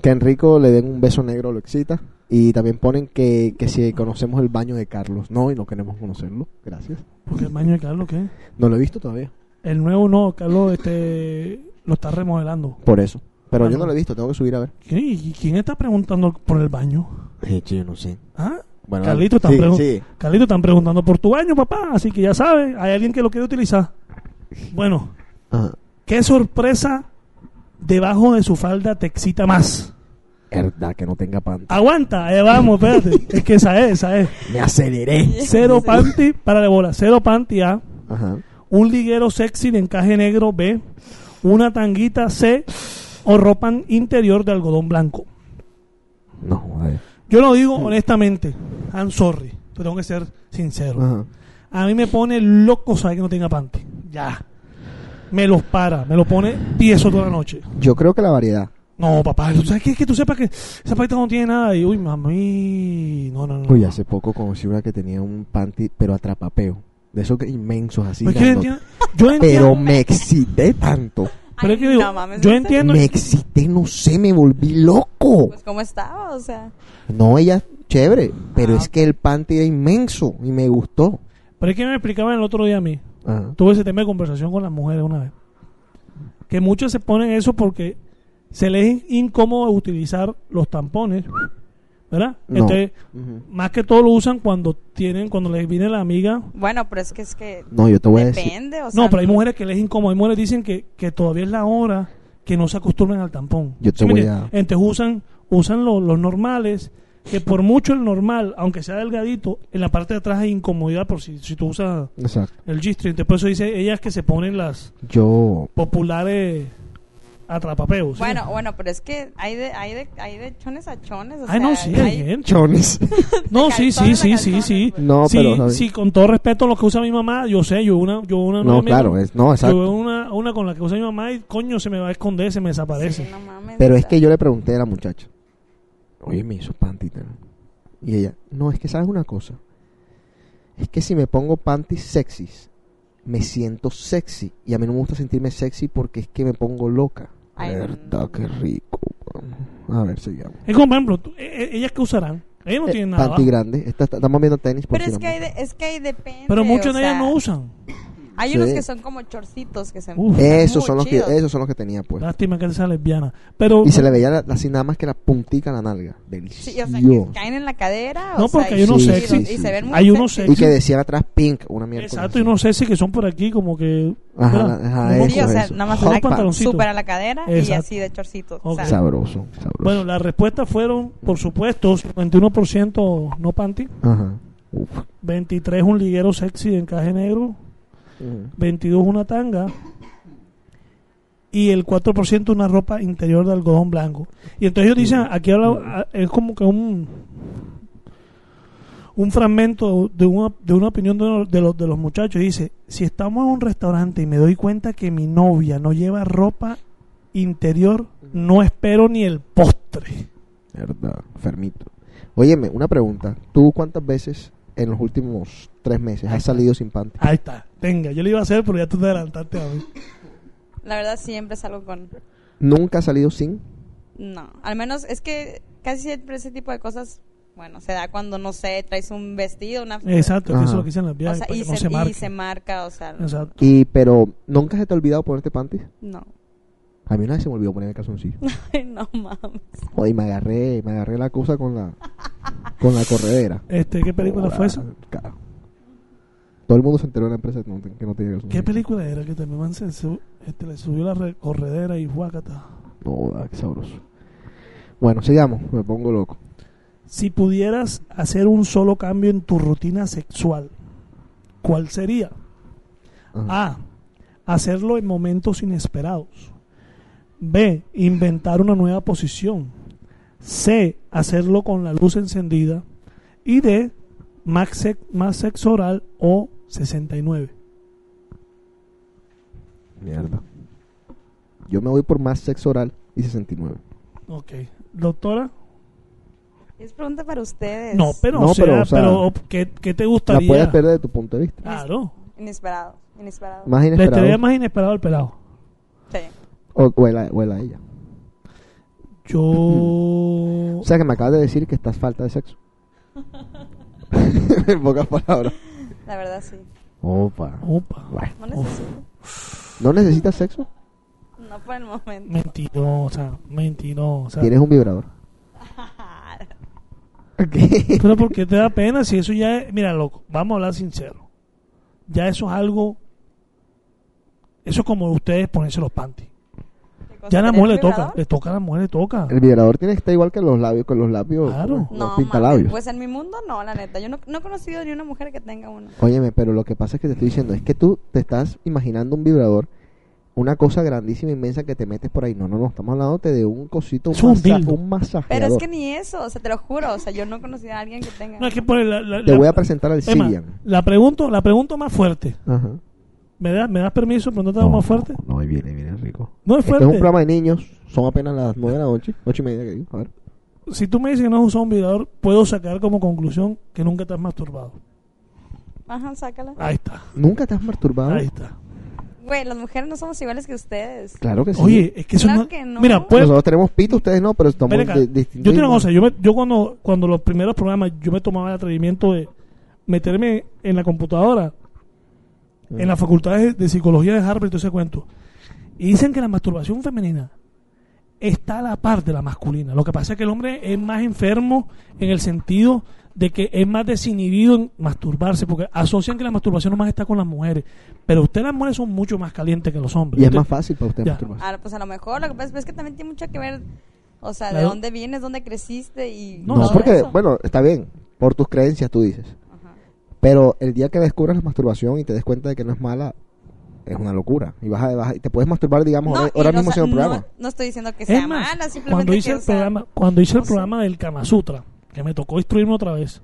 Que a Enrico le den un beso negro lo excita. Y también ponen que, que si conocemos el baño de Carlos. No, y no queremos conocerlo. Gracias. Porque el baño de Carlos, ¿qué? No lo he visto todavía. El nuevo no, Carlos este, lo está remodelando. Por eso. Pero Ah, yo no. no lo he visto, tengo que subir a ver. ¿Qui- y ¿Quién está preguntando por el baño? Sí, Eh, yo no sé. ¿Ah? Bueno, Carlito, están dale. pregun- sí, Carlito, están preguntando por tu baño, papá. Así que ya sabes, hay alguien que lo quiere utilizar. Bueno, sí. Ajá. ¿qué sorpresa debajo de su falda te excita más? Verdad, que no tenga panty. Aguanta, ahí vamos, espérate. es que esa es, esa es. Me aceleré. Cero panty, para la bola, cero panty A. Ajá. un liguero sexy de encaje negro B, una tanguita C o ropa interior de algodón blanco. No, joder. Yo lo Mm. digo honestamente, I'm sorry, pero tengo que ser sincero. Ajá. A mí me pone loco saber que no tenga panty. Ya. Me los para, me lo pone tieso toda la noche. Yo creo que la variedad. No, papá, ¿tú ¿sabes qué? Que tú sepas que esa paleta no tiene nada. Y, uy, mami. No, no, no. Uy, hace poco conocí una que tenía un panty, pero atrapapeo. De esos que- inmensos así. Pues que yo grandotes. entiendo. Yo entiendo. Pero me excité tanto. pero es que Ay, digo, no mames, yo ¿viste? entiendo. Me excité, no sé, me volví loco. Pues cómo estaba, o sea. No, ella chévere, pero Ah. es que el panty era inmenso y me gustó. Pero es que me explicaban el otro día a mí. Ajá. tuve ese tema de conversación con las mujeres una vez. Que muchos se ponen eso porque se les es incómodo utilizar los tampones, ¿verdad? No. Entonces, Ujú. más que todo lo usan cuando tienen, cuando les viene la amiga. Bueno, pero es que es que No, yo te voy a decir. depende, o sea. no, pero hay mujeres que les es incómodo. Hay mujeres que dicen que, que todavía es la hora que no se acostumbran al tampón. Yo te ¿Sí me voy entiendes? a- Entonces usan, usan lo- los normales, que por mucho el normal, aunque sea delgadito, en la parte de atrás hay incomodidad por si, si tú usas Exacto. el G-string. Entonces, Por eso dice ellas que se ponen las, Yo. populares atrapapeos. ¿sí? Bueno, bueno, pero es que hay de, hay de, hay de chones a chones. O Ay, no, sea, sí, hay- hay gente. Chones. No, sí, sí, calzones a sí, sí, calzones, sí. pues. No, sí, pero. ¿sabes? sí, con todo respeto a lo que usa mi mamá, yo sé, yo una, yo una no, novia mía- claro, es, no, yo exacto. una, una con la que usa mi mamá y coño se me va a esconder, se me desaparece. Sí, no mames, Pero o es sea, que yo le pregunté a la muchacha, oye, me hizo panty. tal". Y ella, no, es que sabes una cosa. Es que si me pongo panties sexys me siento sexy. Y a mí no me gusta sentirme sexy porque es que me pongo loca. Ay, Verdad, no. qué rico. mano. A ver, sigamos. Es como, por ejemplo, tú- e- e- ellas que usarán. Ellas no Eh, tienen nada. panty abajo. grande. Esta- esta- estamos viendo tenis. por Pero si es no- que, hay de- es que hay depende. Pero muchos o de ellas sea, no usan. Hay Sí. unos que son como chorcitos que se Uf. Esos muy son los que, chidos. esos son los que tenía pues. Lástima que sea lesbiana. Pero Y se le veía la- así nada más que la puntica a la nalga. Delicioso. Sí, o sea, que caen en la cadera. o No, sea, porque y- hay unos y- sexy. Y, se ven muy Hay unos sexy. y que sí. decían atrás pink, una mierda. Exacto, y no sé si que son por aquí como que... Ajá, Mira, ajá, como- eso, Sí, o sea, eso. nada más Hot una- pants. pantaloncito. Súper a la cadera y Exacto. así de chorcitos. Ok. O sea, Sabroso, sabroso. Bueno, las respuestas fueron, por supuesto, 51% no panty, Ajá. Uf. 23 un liguero sexy de encaje negro, 22 una tanga y el 4% una ropa interior de algodón blanco. Y entonces ellos dicen, aquí habla, a- es como que un un fragmento de una, de una opinión de, uno- de los, de los muchachos. Dice, si estamos en un restaurante y me doy cuenta que mi novia no lleva ropa interior, no espero ni el postre. Verdad, fermito. Óyeme, una pregunta. ¿Tú cuántas veces en los últimos tres meses has salido sin panty? Ahí está. Venga, yo lo iba a hacer, pero ya tú te adelantaste a mí. la verdad siempre salgo con... ¿Nunca has salido sin? No, al menos es que casi siempre ese tipo de cosas, bueno, se da cuando, no sé, traes un vestido, una... Exacto, es que Ajá. eso es lo que dicen las O viajes, sea, para y, que no se, se y marque. se marca, o sea, Exacto. Y, pero, ¿nunca se te ha olvidado ponerte panty? no. A mí una vez se me olvidó ponerme calzoncillo. Ay, no mames. Oye, me agarré, me agarré la cosa con la, con la corredera. Este, ¿Qué película fue esa? Ah, cara. Todo el mundo se enteró de la empresa que no, que no tenía calzoncillo. ¿Qué película era que también man, se, su- este, le subió la re- corredera y huácata? No, ah, qué sabroso. Bueno, sigamos, me pongo loco. Si pudieras hacer un solo cambio en tu rutina sexual, ¿cuál sería? Ajá. A. Hacerlo en momentos inesperados. B. Inventar una nueva posición. C. Hacerlo con la luz encendida. Y D. Más, sex- más sexo oral o 69. Mierda. Yo me voy por más sexo oral y 69. Ok. Doctora. Es pregunta para ustedes. No, pero, No, o sea, pero, o sea, pero, ¿qué, qué te La gustaría? puedes perder de tu punto de vista. Claro. Inesperado, inesperado. Más La inesperado. estrella más inesperado el pelado. Sí. O, o, el- o el a ella. Yo. Oh. O sea que me acabas de decir que estás falta de sexo. en pocas palabras. La verdad sí. Opa. Opa. Bueno. No necesito. ¿No necesitas sexo? No por el momento. Mentirosa, mentirosa. Tienes un vibrador. Ah, Pero ¿por qué te da pena si eso ya es. Mira, loco, vamos a hablar sincero. Ya eso es algo. Eso es como ustedes ponerse los panties. Ya a la mujer le toca. Le toca a la mujer, le toca. El vibrador tiene que estar igual que los labios, con los labios. Claro. los- No, Los pintalabios. mames, pues en mi mundo no, la neta. Yo no, no he conocido ni una mujer que tenga uno. Óyeme, pero lo que pasa es que te estoy diciendo, es que tú te estás imaginando un vibrador, una cosa grandísima, inmensa que te metes por ahí. No, no, no, estamos hablándote de un cosito, un, Es un masa- dildo. un Pero masajeador. es que ni eso, o sea, te lo juro. O sea, yo no he conocido a alguien que tenga. No es que por el- la, la- Te la- voy a presentar al Es más, Sirian. La pregunto, la pregunto más fuerte. Ajá. ¿Me, das ¿Me das permiso pero no te hago más fuerte? No, no, ahí viene, ahí viene rico. No es Este es fuerte. un programa de niños, son apenas las nueve de la noche, ocho y media que digo. A ver. Si tú me dices que no has usado un vibrador, puedo sacar como conclusión que nunca te has masturbado. Ajá, sácala. Ahí está. ¿Nunca te has masturbado? Ahí está. Güey, las mujeres no somos iguales que ustedes. Claro que sí. Oye, es que eso Claro no... que no. Mira, puede, Nosotros tenemos pito, ustedes no, pero estamos Ven acá, de- yo distintos. tengo una cosa, yo, me- yo cuando, cuando los primeros programas yo me tomaba el atrevimiento de meterme en la computadora, en la facultad de, de psicología de Harvard y todo ese cuento, y dicen que la masturbación femenina está a la par de la masculina. Lo que pasa es que el hombre es más enfermo en el sentido de que es más desinhibido en masturbarse, porque asocian que la masturbación nomás está con las mujeres, pero ustedes las mujeres son mucho más calientes que los hombres. Y es Usted- más fácil para ustedes Ya. masturbarse. Ah, pues a lo mejor, lo que pasa es que también tiene mucho que ver, o sea, de Claro. dónde vienes, dónde creciste y. No, No, todo porque, eso. bueno, está bien, por tus creencias tú dices. Ajá. Pero el día que descubras la masturbación y te des cuenta de que no es mala, es una locura. Y vas a, vas a- y te puedes masturbar, digamos, ahora, ahora y no, mismo o sea, haciendo el no- programa. No, estoy diciendo que Es más, sea mala, simplemente cuando hice que, el o sea, programa, cuando hice el no sé. programa del Kama Sutra, que me tocó instruirme otra vez,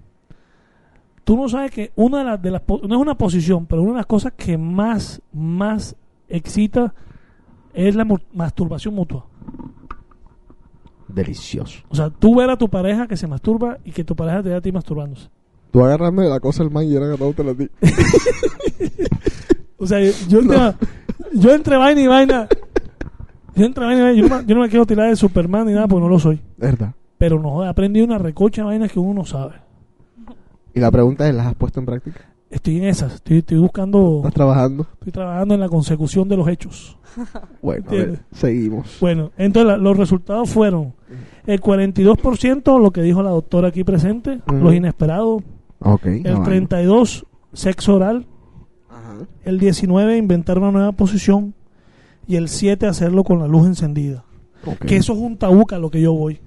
tú no sabes que una de las, de las po- no es una posición, pero una de las cosas que más, más excita es la mu- masturbación mutua. Delicioso. O sea, tú ver a tu pareja que se masturba y que tu pareja te ve a ti masturbándose. Tú agarrarme de la cosa al man y era agarrándote la ti. O sea, yo, te- yo entre vaina y vaina. Yo entre vaina y vaina. Yo no, me- yo no me quiero tirar de Superman ni nada porque no lo soy. ¿Verdad? Pero no, he aprendido una recocha de vainas que uno no sabe. Y la pregunta es, ¿las has puesto en práctica? Estoy en esas. Estoy, estoy buscando. ¿Estás trabajando? Estoy trabajando en la consecución de los hechos. Bueno, a ver, Entiendo. seguimos. Bueno, entonces la- los resultados fueron el 42%, lo que dijo la doctora aquí presente, Ujú. los inesperados, Ok. el 32% sexo oral, Ajá. el 19% inventar una nueva posición y el 7% hacerlo con la luz encendida. Ok. Que eso es un tabuca lo que yo voy.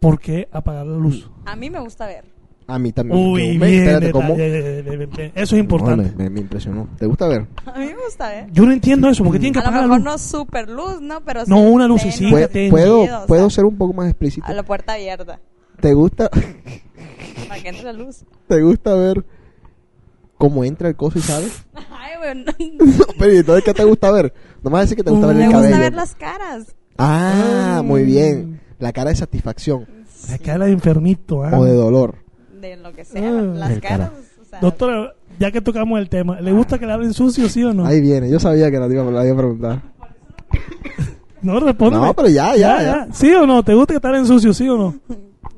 ¿Por qué apagar la luz? A mí me gusta ver. A mí también. Mm, Uy, Yo- ve, bien, espérate, detalle, ¿cómo? bien, bien, bien. Eso es importante. No, me, me impresionó. ¿Te gusta ver? A mí me gusta ver. Yo no entiendo eso, porque tienen que A lo apagar mejor la luz. no super luz, ¿no? Pero No, sí una tenue, lucecita, Pue- ten- ¿Puedo, chido, o puedo sea, ser un poco más explícito? A la puerta abierta, ¿Te gusta, para que entre la luz. ¿Te gusta ver cómo entra el coso y sabes? Ay, güey, no. Pero ¿y entonces, ¿qué te gusta ver? No me vas a decir que te gusta ver Me el gusta cabello. ver las caras. Ah, Mm. muy bien. La cara de satisfacción Se cae la de enfermito. ah. o de dolor. De lo que sea, Ah. las El cara. caras. o sea, Doctora, ya que tocamos el tema, ¿le gusta que le hablen sucio, sí o no? Ahí viene. Yo sabía que la iba, la iba a preguntar. No, responde. No, pero ya, ya, ya. ¿Sí o no? ¿Te gusta que te hablen sucio, sí o no?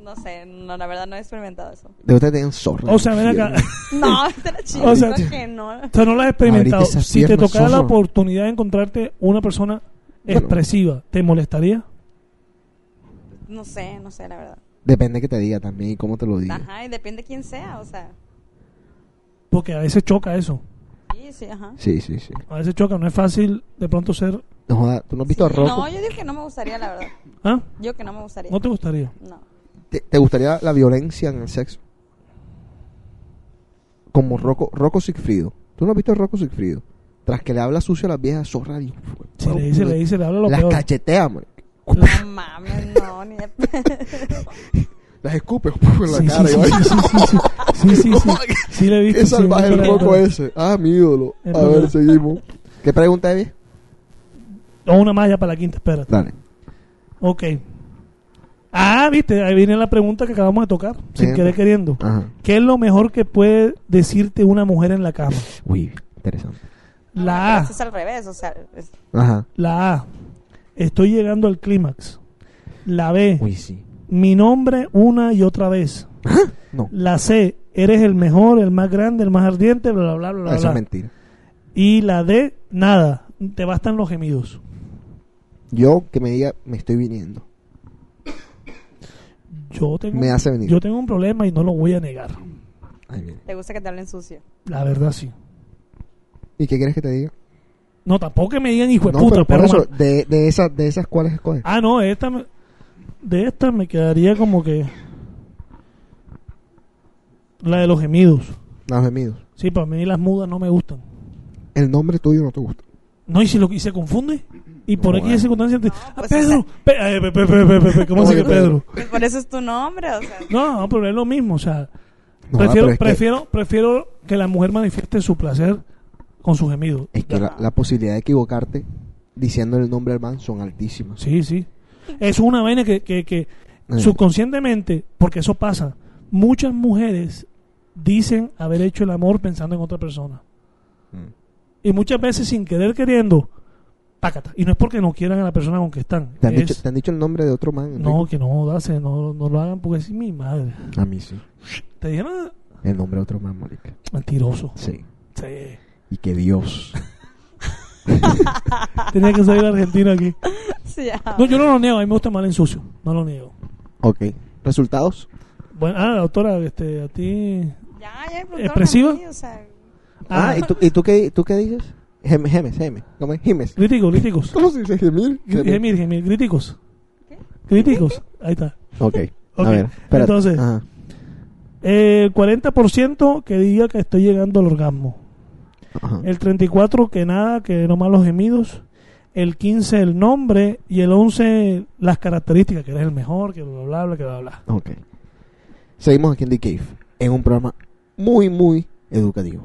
No sé, no, la verdad no he experimentado eso. De ustedes tienen zorra. O sea, ven acá. No, era chido. O sea, creo que no. O sea, no lo has experimentado. Abriste esas Si te piernas, tocara la zorro. oportunidad de encontrarte una persona expresiva, ¿te molestaría? No sé, no sé, la verdad. Depende que te diga también y cómo te lo diga. Ajá, y depende quién sea, o sea. Porque a veces choca eso. Sí, sí, ajá. Sí, sí, sí. A veces choca. No es fácil de pronto ser... No joda, tú no has visto a Sí, Rocco. No, yo digo que no me gustaría, la verdad. ¿Ah? Yo que no me gustaría. ¿No te gustaría? No. ¿Te, te gustaría la violencia en el sexo? Como Rocco, Rocco Sigfrido. ¿Tú no has visto a Rocco Sigfrido? Tras que le habla sucio a las viejas zorra. y- Si le dice, le dice, le habla lo Las peor. cachetea, man. No mames, no, ni de Las escupe en la Sí, cara. sí, y sí, va- sí, sí, sí, sí, sí, sí. Sí, le he visto, Qué sí, salvaje mucho el la- poco ese. Ah, mi ídolo. Es A ver, verdad. seguimos. ¿Qué pregunta había? O una malla para la quinta, espérate. Dale. Ok. Ah, viste, ahí viene la pregunta que acabamos de tocar, sin Bien. querer queriendo. Ajá. ¿Qué es lo mejor que puede decirte una mujer en la cama? Uy, interesante. La A, Eso pues es al revés, o sea. es- Ajá. la A. Estoy llegando al clímax. La B, Uy, sí. mi nombre una y otra vez. No. La C, eres el mejor, el más grande, el más ardiente, bla, bla, bla, bla. Eso es bla. mentira. Y la D, nada, te bastan los gemidos. Yo que me diga, me estoy viniendo. Yo tengo, Me hace venir. yo tengo un problema y no lo voy a negar. Ahí viene. ¿Te gusta que te hablen sucio? La verdad, sí. ¿Y qué quieres que te diga? No, tampoco que me digan hijo de no, pero puta, por perro eso, malo. de, de, esas, de esas, ¿cuáles escoges? Ah, no, esta me- de esta me quedaría como que la de los gemidos. Los gemidos. Sí, para mí las mudas no me gustan. El nombre tuyo no te gusta. No, y si lo y se confunde y por No, aquí bueno. circunstancia te- "Ah, No, pues, Pedro, Pe- eh, pe- pe- pe- pe- pe- pe- ¿cómo Oye, se llama Pedro? Pues por eso es tu nombre, o sea. No, no, pero es lo mismo, o sea, No, ah, prefiero pero es que- prefiero prefiero que la mujer manifieste su placer con sus gemidos. Es que la, la posibilidad de equivocarte diciendo el nombre del man son altísimas. Sí, sí. Es una vaina que, que, que subconscientemente, porque eso pasa, muchas mujeres dicen haber hecho el amor pensando en otra persona. Mm. Y muchas veces sin querer queriendo, pácata. Y no es porque no quieran a la persona con que están. ¿Te han, es- dicho, te han dicho el nombre de otro man? no, Enrique? que no, dase, no, no lo hagan porque es mi madre. A mí sí. Te dijeron, ah, El nombre de otro man, marica. mentiroso. Sí. Sí. Y que Dios. Tenía que salir argentino aquí. Sí, ya. No, yo no lo niego, a mí me gusta mal en sucio. No lo niego. ok. ¿Resultados? Bueno, ah, doctora, este, a ti. Ya, ya me preguntaron a ¿Expresiva? mí, o sea, Ah, ¿y, tú, y tú, qué, tú qué dices? Gem- Gemes, gemes. ¿Cómo es? Gimes. Críticos, críticos. ¿Cómo se dice gemir? Gemir, gemir, críticos. Críticos, ahí está. Ok. Ok, A ver, espérate. entonces- Ajá. El 40% que diga que estoy llegando al orgasmo. Ajá. El 34% que nada, que no más los gemidos. El 15% el nombre. Y el 11% las características, que eres el mejor, que bla, bla, bla, que bla, bla. Ok. Seguimos aquí en The Cave. En un programa muy, muy educativo.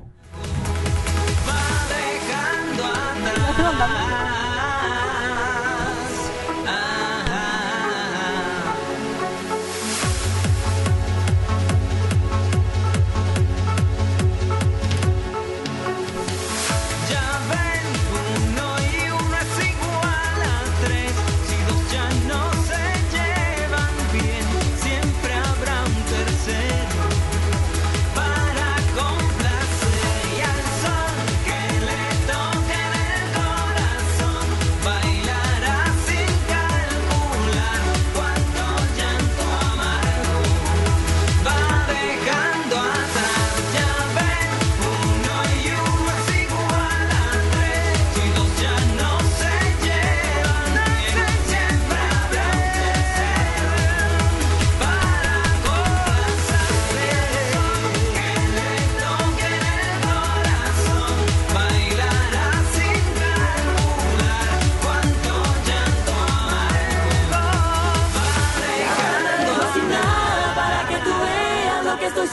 Vamos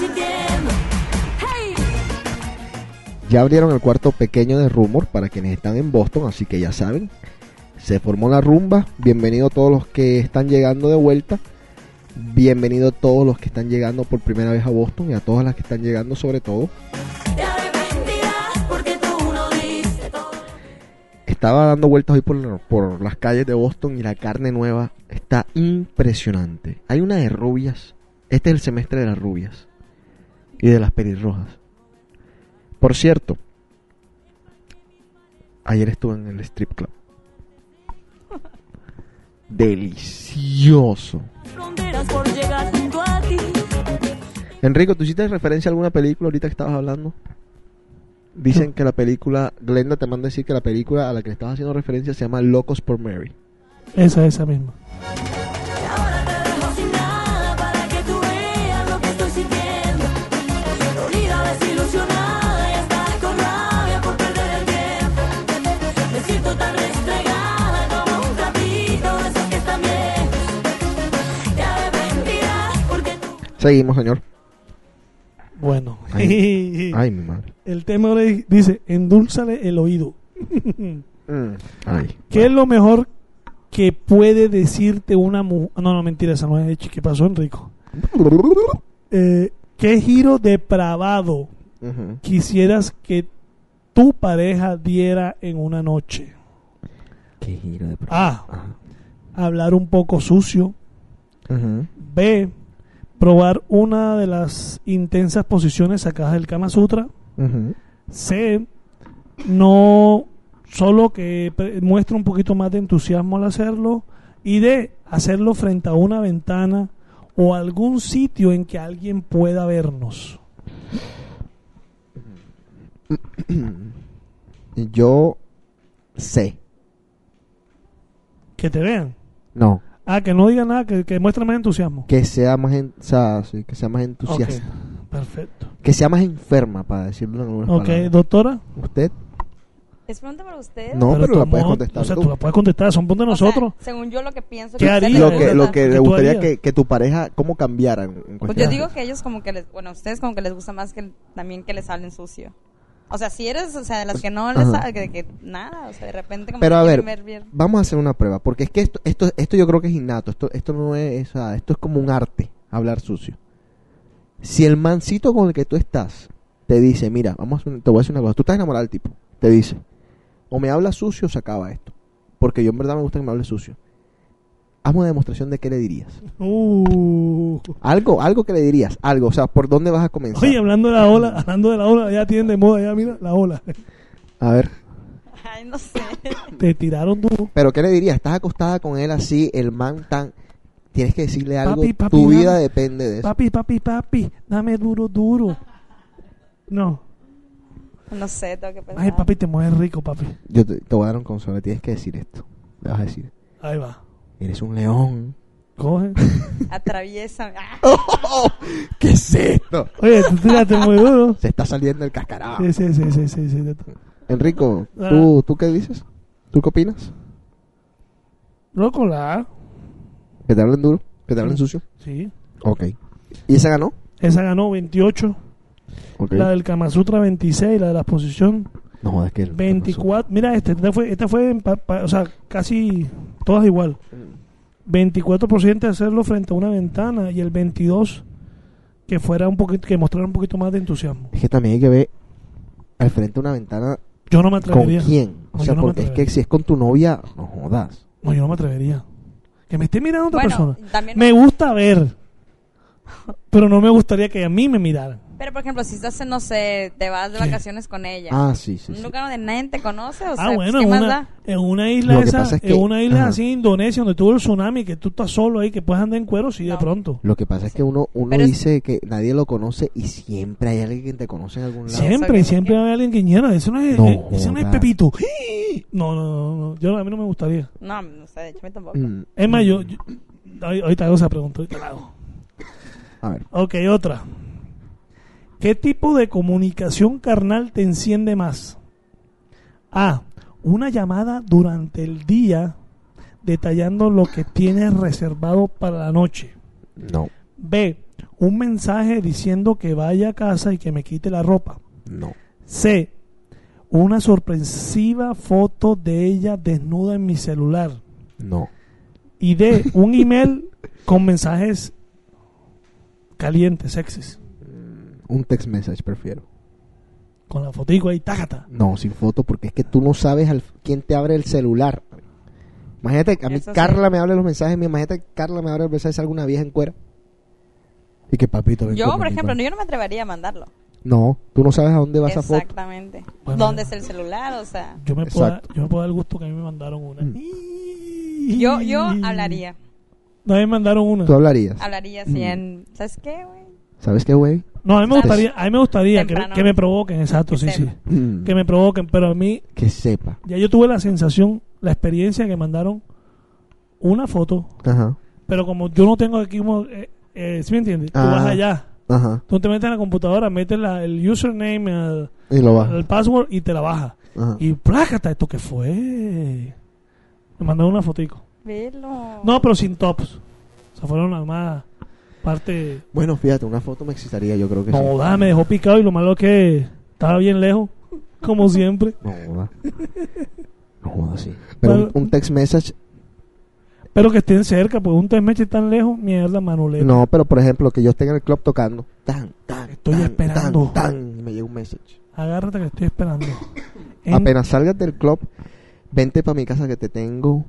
mintiendo. Hey, Ya abrieron el cuarto pequeño de Rumor para quienes están en Boston, así que ya saben. Se formó la rumba. Bienvenido a todos los que están llegando de vuelta. Bienvenido a todos los que están llegando por primera vez a Boston y a todas las que están llegando sobre todo. te arrepentirás porque tú no diste todo. Estaba dando vueltas hoy por, por las calles de Boston y la carne nueva está impresionante. Hay una de rubias. Este es el semestre de las rubias y de las pelirrojas. Por cierto, ayer estuve en el strip club. Delicioso. Fronteras por llegar junto a ti. Enrico, ¿tú hiciste referencia a alguna película ahorita que estabas hablando? Dicen que la película, Glenda te manda a decir que la película a la que le estabas haciendo referencia se llama Locos por Mary. Esa, esa misma. Y ahora te dejo sin nada para que tú veas lo que estoy sintiendo. Dolida, desilusionada y hasta con rabia por perder el tiempo. Me siento tan restregada como un trapito de esos que están viejos. Te arrepentirás porque tú... Seguimos, señor. Bueno. Ay. Ay, mi madre. El tema ahora di- dice, endulzale el oído. Mm. Ay. ¿Qué es lo mejor que puede decirte una mujer? No, no, mentira, esa no es de Chi- ¿Qué pasó, Enrico? Eh, ¿Qué giro depravado Ujú. quisieras que tu pareja diera en una noche? Qué giro de pro- A. Ajá. Hablar un poco sucio. Ujú. B. Probar una de las intensas posiciones sacadas del Kama Sutra. Ujú. C. No solo que pre- muestre un poquito más de entusiasmo al hacerlo. Y D. Hacerlo frente a una ventana o algún sitio en que alguien pueda vernos. Yo sé. Que te vean. No. Ah, que no diga nada, que, que muestre más entusiasmo. Que sea más, en- o sea, sí, que sea más entusiasta. Ok, Perfecto. Que sea más enferma, para decirlo en algunas Ok, palabras. doctora. ¿Usted? ¿Es pregunta para ustedes? No, pero, la tú puedes mo- contestar O sea, tú. tú la puedes contestar, son puntos de O sea, nosotros. según yo lo que pienso. ¿Qué ustedes haría? lo les que, lo gusta. que ¿Qué le tú gustaría harías? que, que tu pareja, ¿cómo cambiara? en- en Pues yo cuestión? digo que ellos como que les... Bueno, ustedes como que les gusta más que también que les hablen sucio. O sea, si eres, o sea, de las que no les... Pues, Ajá. ha- Que, que nada, o sea, de repente como Pero que a ver, quieren bien. vamos a hacer una prueba, porque es que esto, esto, esto yo creo que es innato, esto, esto no es, o sea, esto es como un arte, hablar sucio. Si el mancito con el que tú estás te dice, mira, vamos, a hacer un- te voy a decir una cosa, tú estás enamorado del tipo, te dice, o me habla sucio o se acaba esto, porque yo en verdad me gusta que me hable sucio. Hazme una demostración de qué le dirías. Uh. Algo, algo que le dirías, algo, o sea, ¿por dónde vas a comenzar? Oye, hablando de la ola, hablando de la ola, ya tienen de moda, ya mira, la ola. a ver. Ay, no sé. Te tiraron duro. Pero ¿qué le dirías? Estás acostada con él así, el man tan... Tienes que decirle algo, Papi, papi, tu vida dame- depende de eso. Papi, papi, papi, dame duro, duro. No. No sé, tengo que pensar. Ay, papi, te mueves rico, papi. Yo te, te voy a dar un consuelo, tienes que decir esto. Le vas a decir, Ahí va. eres un león. Coge. Atraviesa. Ah, Oh. ¡Oh! ¿Qué es esto? Oye, tú tiraste muy duro. Se está saliendo el cascarado. Sí, sí, sí, sí, sí. sí. Enrico, Ah. ¿tú, ¿tú qué dices? ¿Tú qué opinas? Loco, la A. ¿Que te hablen duro? ¿Que te hablen Mm. sucio? Sí. Ok. ¿Y esa ganó? Esa ganó 28. Ok. La del Kama Sutra 26, la de la exposición No jodas que... el- 24. Mira, este, esta fue, esta fue en pa- pa- o sea, casi todas igual. 24% de hacerlo frente a una ventana y el 22 que fuera un poquito que mostrara un poquito más de entusiasmo. Es que también hay que ver al frente de una ventana Yo no me con atrevería. quién. O No, sea, yo no me porque es que atrevería. si es con tu novia, no jodas. No, yo no me atrevería. Que me esté mirando otra Bueno, persona. también... Me gusta ver. Pero no me gustaría que a mí me miraran. Pero, por ejemplo, si estás, en, no sé, te vas de ¿Qué? vacaciones con ella. Ah, sí, sí, un sí. lugar donde nadie te conoce, o sea, ah, pues, bueno, ¿qué en más una, da? en una isla Lo que esa, pasa es que- en una isla ajá. así Indonesia donde tuvo el tsunami, que tú estás solo ahí, que puedes andar en cuero, sí, de No. pronto. Lo que pasa es que uno, uno Pero es- dice que nadie lo conoce y siempre hay alguien que te conoce en algún lado. Siempre, y siempre hay alguien que ñera. Eso no es, No, eh, ese no es joda. Pepito. ¡Ah! No, no, no, no. Yo, a mí no me gustaría. No, no sé, de hecho, me tampoco. Mm, Es más, yo, yo- ahí- ahorita hago esa pregunta, ahorita la hago. a ver. Ok, otra. ¿Qué tipo de comunicación carnal te enciende más? A. Una llamada durante el día detallando lo que tienes reservado para la noche. No. B. un mensaje diciendo que vaya a casa y que me quite la ropa. No. C. Una sorpresiva foto de ella desnuda en mi celular. No. Y D. Un email con mensajes calientes, sexys. Un text message prefiero. Con la fotico ahí, tácata. No, sin foto, porque es que tú no sabes al, quién te abre el celular. Imagínate, a mí Eso sí. Carla me abre los mensajes, míos, imagínate que Carla me abre los mensajes, alguna vieja en cuera. Y que papito... ven Yo, por conmigo. ejemplo, no, yo no me atrevería a mandarlo. No, tú no sabes pues. a dónde va esa foto. Exactamente. Bueno, ¿Dónde ya. es el celular? O sea, Yo me, puedo, dar- Exacto. yo me puedo dar el gusto que a mí me mandaron una. Mm. yo, yo hablaría. No, a mí me mandaron una. Tú hablarías. Hablaría Mm. así en. ¿Sabes qué, güey? ¿Sabes qué, güey? No, a mí me Sabes. gustaría, a mí me gustaría que, Temprano. que me provoquen, exacto, sí, sí. Temprano. Mm, Que me provoquen, pero a mí que sepa. ya yo tuve la sensación, la experiencia que mandaron una foto, Ajá, pero como yo no tengo aquí, como, eh, eh, ¿sí me entiendes? Tú Ah. vas allá, ajá. tú te metes en la computadora, metes la- el username, el, Y lo baja. el password y te la baja. Ah. Ajá. Y plácata, ¿esto que fue? Me mandaron una fotico. Velo. No, pero sin tops. O sea, fueron nada más parte... Bueno, fíjate, una foto me excitaría, yo creo que sí. No, da, me dejó picado y lo malo es que estaba bien lejos, como siempre. No joda. No joda, sí. Pero un, un text message. Pero que estén cerca, pues un meses tan lejos, mierda, Manoleta. No, pero por ejemplo, que yo esté en el club tocando. Tan, tan. Estoy tan, esperando. Tan, tan, y me llega un message. Agárrate que estoy esperando. En- Apenas salgas del club, vente para mi casa que te tengo.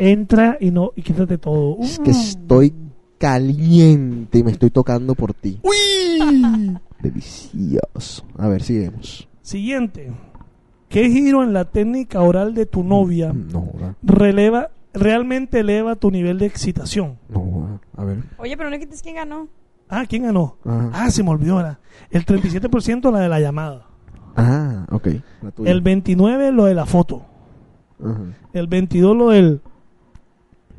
entra y no y quítate todo. Mm. Es que estoy caliente y me estoy tocando por ti. Delicioso. A ver, sigamos. Siguiente. ¿Qué giro en la técnica oral de tu novia No joda. releva realmente eleva tu nivel de excitación? No joda. A ver. Oye, pero no quites quién ganó. Ah, ¿quién ganó? Ajá. Ah, se me olvidó la. El 37% la de la llamada. Ah, ok. La tuya. El 29 lo de la foto. Ajá. El 22 lo del...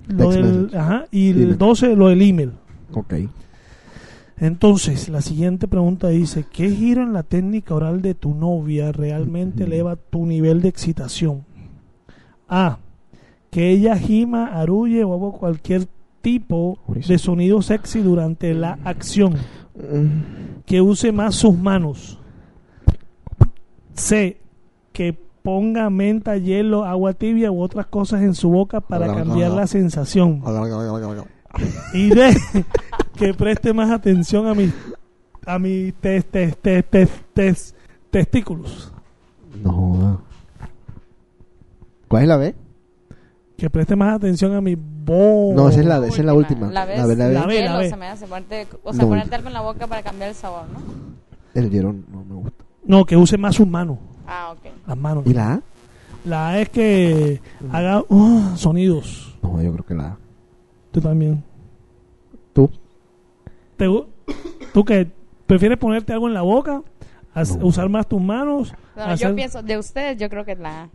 Lo Text del message. ajá, y Email. el 12 lo del email. Ok. Entonces, la siguiente pregunta dice, ¿qué giro en la técnica oral de tu novia realmente eleva tu nivel de excitación? A. Que ella gima, arulle o haga cualquier tipo de sonido sexy durante la acción. Mm. Que use más sus manos. C. Que ponga menta, hielo, agua tibia u otras cosas en su boca para cambiar la sensación. Y de que preste más atención a mis a mis tes- tes- tes- tes- tes- testículos. No joda. ¿Cuál es la B? Que preste más atención a mis bo No, esa es la, esa es la última. La ves. La, B, la B. La B. Hielo, B. se me hace ponerte, o sea, No. ponerte algo en la boca para cambiar el sabor, ¿no? El Jerón no me gusta. No, que use más sus manos. Ah, ok. Las manos. ¿Y la A? La A es que haga uh, sonidos. No, yo creo que la A. Tú también. ¿Tú? ¿Te gu- ¿Tú que prefieres ponerte algo en la boca? Hac- No. Usar más tus manos. No, hacer- Yo pienso, de ustedes, yo creo que es la.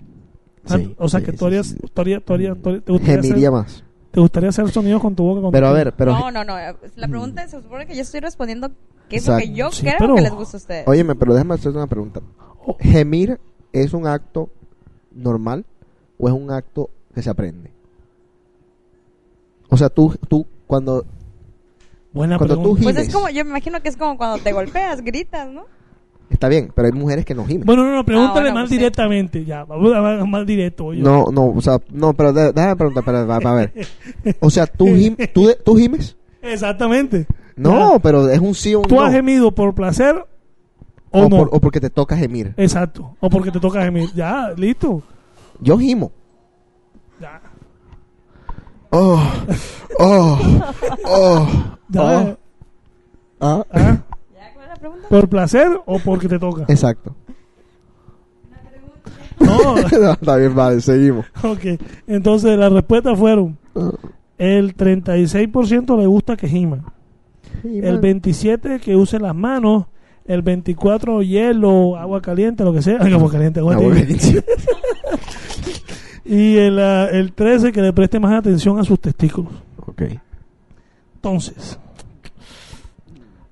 Ah, Sí, o sea, sí, que sí, tú harías, sí. tú harías- tú harías- tú harías- te gustaría Gemiría hacer, más. te gustaría hacer sonidos con tu boca. cuando Pero a tú- ver, pero... Mm. no, no, no. La pregunta es, se supone que yo estoy respondiendo qué es lo que Exacto. yo Sí, creo pero- que les gusta a ustedes. Óyeme, pero déjame hacerte una pregunta. Oh. ¿Gemir es un acto normal o es un acto que se aprende? O sea, tú, tú cuando... Buena Cuando tú pregunta. pues es gimes. como, yo me imagino que es como cuando te golpeas, gritas, ¿no? Está bien, pero hay mujeres que no gimen. Bueno, no, no, pregúntale Ah, bueno, más pues sí. directamente. Ya, vamos a hablar más directo. oye. No, no, o sea, no, pero de- déjame preguntar, pero va, va a ver. O sea, ¿tú, gim- tú, de- tú gimes? Exactamente. No, pero es un sí o un ¿Tú no. has gemido por placer o, o, no? por- o porque te toca gemir. Exacto. O porque te toca gemir. Ya, listo. Yo gimo. Ya. Oh, oh, oh. Ya, Oh. eh, Ah, ah, ¿Ya cuál es la pregunta? ¿Por placer o porque te toca? exacto. No. No, Está bien, vale, seguimos. ok. Entonces, las respuestas fueron: el 36% le gusta que gima. El 27 que use las manos, el 24 hielo, agua caliente, lo que sea, agua caliente, agua Ah, tibia. bueno. y el, ah, el 13 que le preste más atención a sus testículos. ok. Entonces,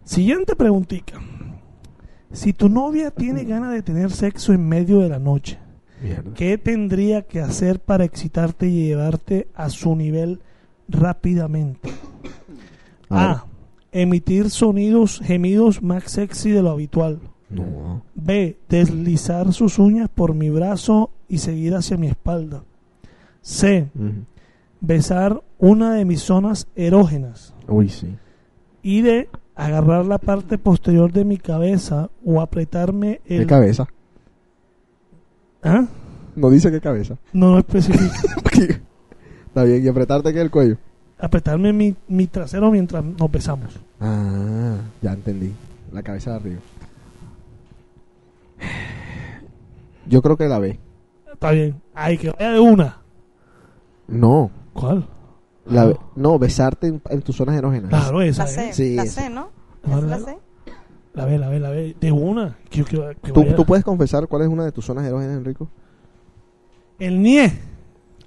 siguiente preguntita. Si tu novia tiene ganas de tener sexo en medio de la noche, Mierda. ¿qué tendría que hacer para excitarte y llevarte a su nivel rápidamente? A ver. A. Emitir sonidos, gemidos más sexy de lo habitual. No. B. Deslizar sus uñas por mi brazo y seguir hacia mi espalda. C. Ujú. Besar una de mis zonas erógenas. Uy, sí. Y D. Agarrar la parte posterior de mi cabeza o apretarme el... ¿Qué cabeza? ¿Ah? No dice qué cabeza. No, no especifica. Está bien, y apretarte que el cuello. apretarme mi, mi trasero mientras nos besamos. Ah, ya entendí. La cabeza de arriba. Yo creo que la B. Está bien. Ay, que vaya de una. No, ¿Cuál? la B. No, besarte en, en tus zonas erógenas. Claro, esa. La ¿eh? C, Sí, la esa. C, ¿no? No, ¿Es no, la no. C? La ve, la ve, la ve. De una. Que yo quiero- que ¿Tú, vaya- ¿Tú puedes confesar cuál es una de tus zonas erógenas, Enrico? El nie.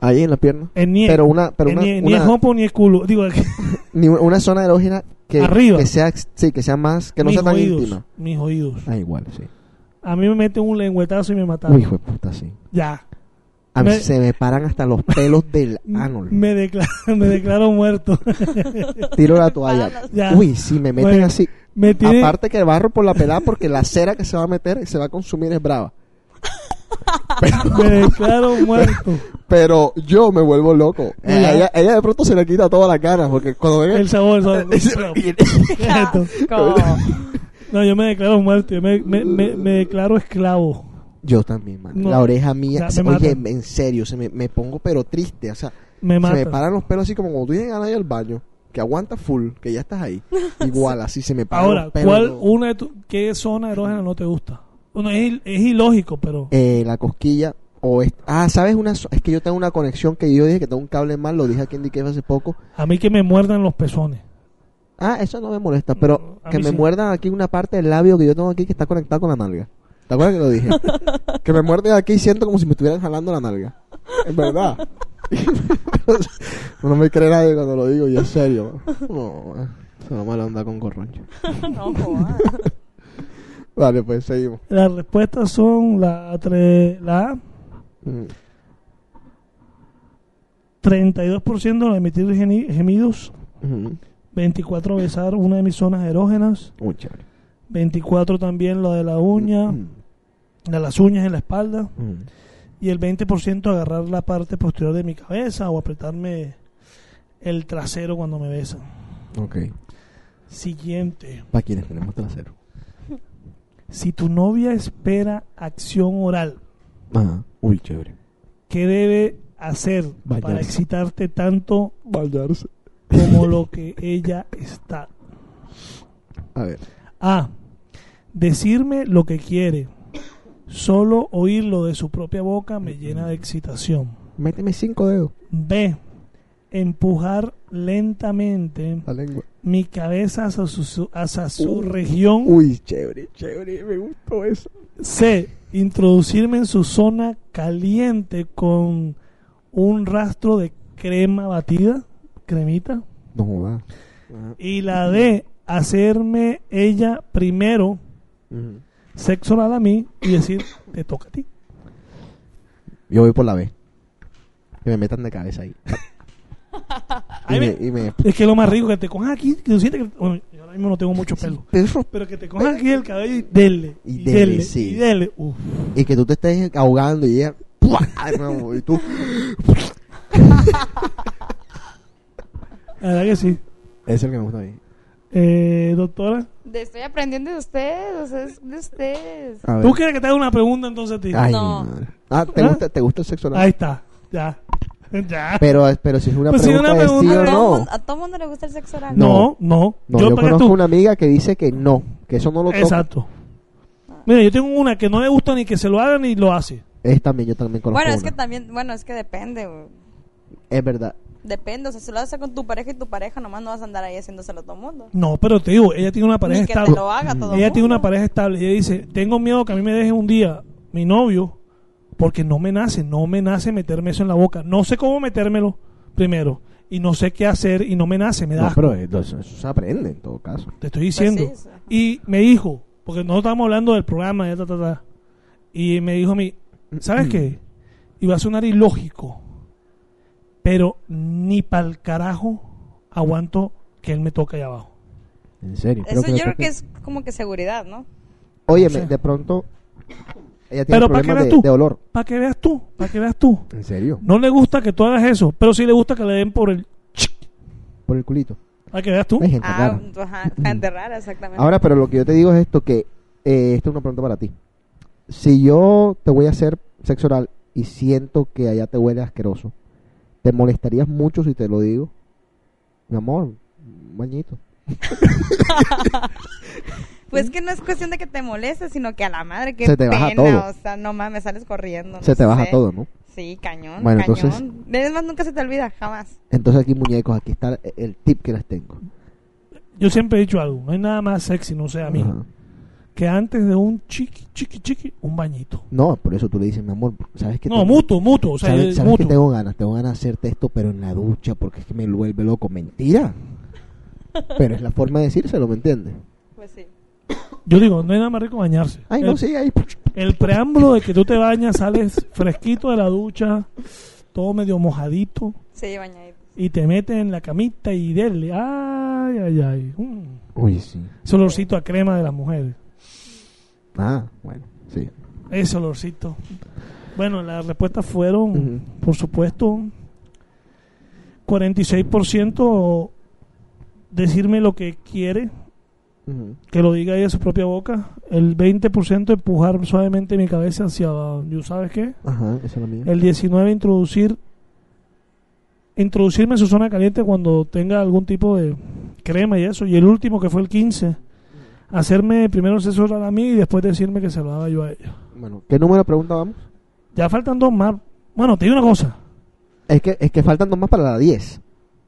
Ahí en la pierna. El nie. Pero una, pero el una, nie, ni una, es jopo ni es culo. Digo, que- ni una- una zona erógena que, Arriba. que sea, ex- sí, que sea más, que no mis sea tan oídos. íntima. Mis oídos. Ah, igual, sí. A mí me meten un lengüetazo y me mataron. Uy, hijo de puta, sí. Ya. A mí Me- se me paran hasta los pelos del ano. Me declaro, me declaro muerto. Tiro la toalla. Ya. Uy, si me meten Bueno. así. me tienen, Aparte que barro por la pelada porque la cera que se va a meter y se va a consumir es brava. me declaro muerto. Pero yo me vuelvo loco. Eh, Ya. ella, ella de pronto se le quita toda la cara porque cuando venga... El sabor, ¿sabes? Esto. Ah, No, yo me declaro muerto. Yo me, me, me, me declaro esclavo. Yo también, man. No. La oreja mía... O sea, me oye, matan. en serio, se me, me pongo pero triste. O sea, Me se mata. me paran los pelos así como cuando tú llegas a ir al baño. Que aguanta full, que ya estás ahí. Igual, así se me paran Ahora, los pelos. ¿cuál una de tu- qué zona erógena no te gusta? Bueno, es, il- es ilógico, pero Eh, la cosquilla o... es- ah, ¿sabes? una so- Es que yo tengo una conexión que yo dije que tengo un cable mal. Lo dije aquí en DK hace poco. a mí que me muerdan los pezones. Ah, eso no me molesta, pero No, a que mí me sí. muerdan aquí una parte del labio que yo tengo aquí que está conectada con la nalga. ¿Te acuerdas que lo dije? que me muerden aquí y siento como si me estuvieran jalando la nalga. Es verdad. no me cree nadie cuando lo digo, y es serio. No, se va mala onda con Corroncho. No, joda. Vale, pues seguimos. Las respuestas son la, tre- la A, Mm. 32% de emitir geni- gemidos, Ujú. 24 besar una de mis zonas erógenas, Muy chévere. 24 también lo de la uña, Mm, de las uñas en la espalda mm. y el 20% agarrar la parte posterior de mi cabeza o apretarme el trasero cuando me besan. Ok. Siguiente. Para quienes tenemos trasero. Si tu novia espera acción oral, Ajá. Ah, Uy, chévere. ¿qué debe hacer para Bañarse. excitarte tanto Bañarse. como lo que ella está? A ver. A. Decirme lo que quiere. Solo oírlo de su propia boca me llena de excitación. Méteme cinco dedos. B. Empujar lentamente La lengua. mi cabeza hacia su, hacia su Uh. región. Uy, chévere, chévere. Me gustó eso. C. Introducirme en su zona caliente con un rastro de crema batida, cremita. No jodas. Y la D, hacerme ella primero Mm. sexo oral a mí y decir, te toca a ti. Yo voy por la B. Que me metan de cabeza ahí. y, Ay, me, me- y me- Es que es lo más rico que te cojas aquí, que tú sientes que... Bueno, yo ahora mismo no tengo mucho pelo. Perro. Pero que te cojas aquí el cabello y dele. Y Y, dele, dele, sí. Y dele. Uf. Y que tú te estés ahogando y ella. ¡pua! de nuevo, y tú. La verdad que sí. Ese es el que me gusta a mí. Eh, doctora, De- Estoy aprendiendo de ustedes, o sea, es de ustedes. A ver. ¿tú quieres que te haga una pregunta entonces a ti? Ay, No. mi madre. Ah, ¿te, ¿Ah? Gusta, ¿te gusta el sexo oral? Ahí está. Ya. ya. Pero, pero si es una Pues si pregunta, una de sí o pregunta- a, todo no. mundo, a todo mundo le gusta el sexo oral. no, no. No, yo yo, para que conozco tú... una amiga que dice que no, que eso no lo toca. Exacto. Mira, yo tengo una que no le gusta ni que se lo hagan ni lo hace. Es también, yo también conozco Bueno, es que una. también, bueno, es que depende, güey. Es verdad. Depende, o sea, si lo haces con tu pareja y tu pareja, nomás no vas a andar ahí haciéndoselo a todo mundo. No, pero te digo, ella tiene una pareja Ni que te estable. lo haga todo Ella mundo. tiene una pareja estable. Ella dice, tengo miedo que a mí me deje un día mi novio porque no me nace, no me nace meterme eso en la boca. No sé cómo metérmelo primero y no sé qué hacer y no me nace, me da No, asco. pero eso, eso se aprende en todo caso. Te estoy diciendo. Pues sí, Y me dijo, porque no estábamos hablando del programa, ya, ta, ta, ta. y me dijo a mí, ¿sabes qué? Iba a sonar ilógico, pero ni pa'l carajo aguanto que él me toque ahí abajo. En serio. Eso que yo le creo toque. que es como que seguridad, ¿no? Óyeme, Sí. de pronto ella tiene Pero para que problemas veas de, tú. de olor. Para que veas tú. Para que veas tú. ¿En serio? No le gusta que tú hagas eso, pero sí le gusta que le den por el. Por el culito. Para que veas tú. Hay gente Ah, rara. ajá, gente rara, exactamente. Ahora, pero lo que yo te digo es esto, que eh, esta es una pregunta para ti. Si yo te voy a hacer sexo oral y siento que allá te huele asqueroso, ¿te molestarías mucho si te lo digo? Mi amor, un bañito. pues que no es cuestión de que te molestes, sino que a la madre, que Se te baja pena. todo. O sea, no mames, sales corriendo. no Se te baja sé. todo, ¿no? Sí, cañón, Bueno, cañón. entonces- Es más, nunca se te olvida, jamás. Entonces aquí, muñecos, aquí está el tip que les tengo. Yo siempre he dicho algo. No hay nada más sexy, no sé, a mí. Ajá. Que antes de un chiqui, chiqui, chiqui, un bañito. No, por eso tú le dices, mi amor, ¿sabes que No, mutuo, mutuo. O sea, ¿Sabes, es sabes que mutuo. tengo ganas? Tengo ganas de hacerte esto, pero en la ducha, porque es que me vuelve loco. Mentira. Pero es la forma de decírselo, ¿me entiendes? Pues sí. Yo digo, no hay nada más rico bañarse. Eh, Ay, el, no, sí, ahí. el preámbulo de que tú te bañas, sales fresquito de la ducha, todo medio mojadito, Sí, bañadito. y te metes en la camita y dele. Ay, ay, ay. Mm. Uy, sí. Ese olorcito a crema de las mujeres. Ah, bueno, sí. Ese olorcito. Bueno, las respuestas fueron, Ujú. por supuesto, 46% decirme lo que quiere, Ujú. que lo diga ella de su propia boca, el 20% empujar suavemente mi cabeza hacia, yo sabes qué, Ajá, esa es la mía. el 19% introducir, introducirme en su zona caliente cuando tenga algún tipo de crema y eso, y el último que fue el 15%, hacerme primero el sexo oral a mí y después decirme que se lo haga yo a ella. Bueno, ¿qué número de preguntas vamos? Ya faltan dos más. Bueno, te digo una cosa. Es que, es que faltan dos más para la 10.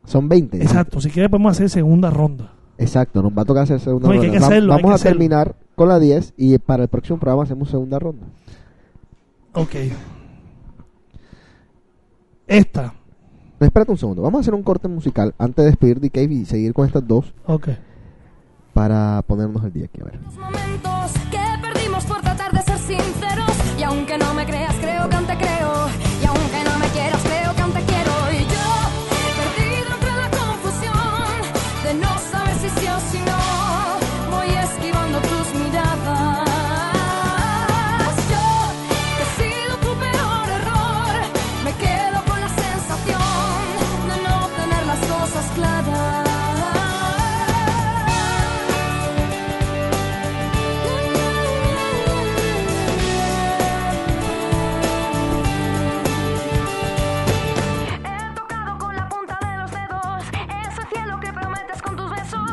Son 20. Exacto, si quieres podemos hacer segunda ronda. Exacto, nos va a tocar hacer segunda No, hay que- ronda. hay que Va- hacerlo, hay vamos que a hacerlo. terminar con la 10 y para el próximo programa hacemos segunda ronda. Ok. Esta. Espérate un segundo, vamos a hacer un corte musical antes de despedir de Cave y seguir con estas dos Ok. para ponernos al día aquí. A ver. Los momentos que perdimos por tratar de ser sinceros. Y aunque no me creas, creo que aún te creo. Y aunque no me quieras, creo que aún te quiero. Y yo, perdido entre la confusión de no saber si sí o si no, voy esquivando tus miradas. Yo, he sido tu peor error. Me quedo con la sensación de no tener las cosas claras. He tocado con la punta de los dedos ese cielo que prometes con tus besos.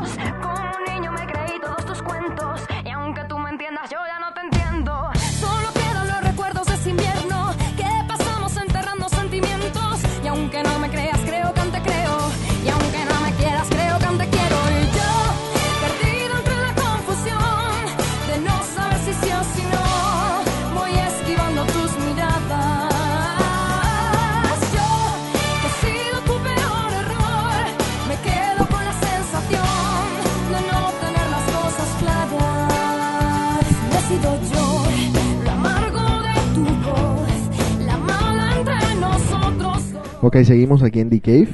Como un niño me creí todos tus cuentos y aunque tú me entiendas yo ya no te entiendo. Solo quedan los recuerdos de ese invierno que pasamos enterrando sentimientos y aunque no me creas creo que aún te creo y aunque no me quieras creo que aún te quiero y yo perdido entre la confusión de no saber si sí o si no voy esquivando tus miradas. Yo que he sido tu peor error me quedo con la sensación de no tener las cosas claras. No he sido yo lo amargo de tu voz, la mala entre nosotros. dos. Ok, seguimos aquí en The Cave.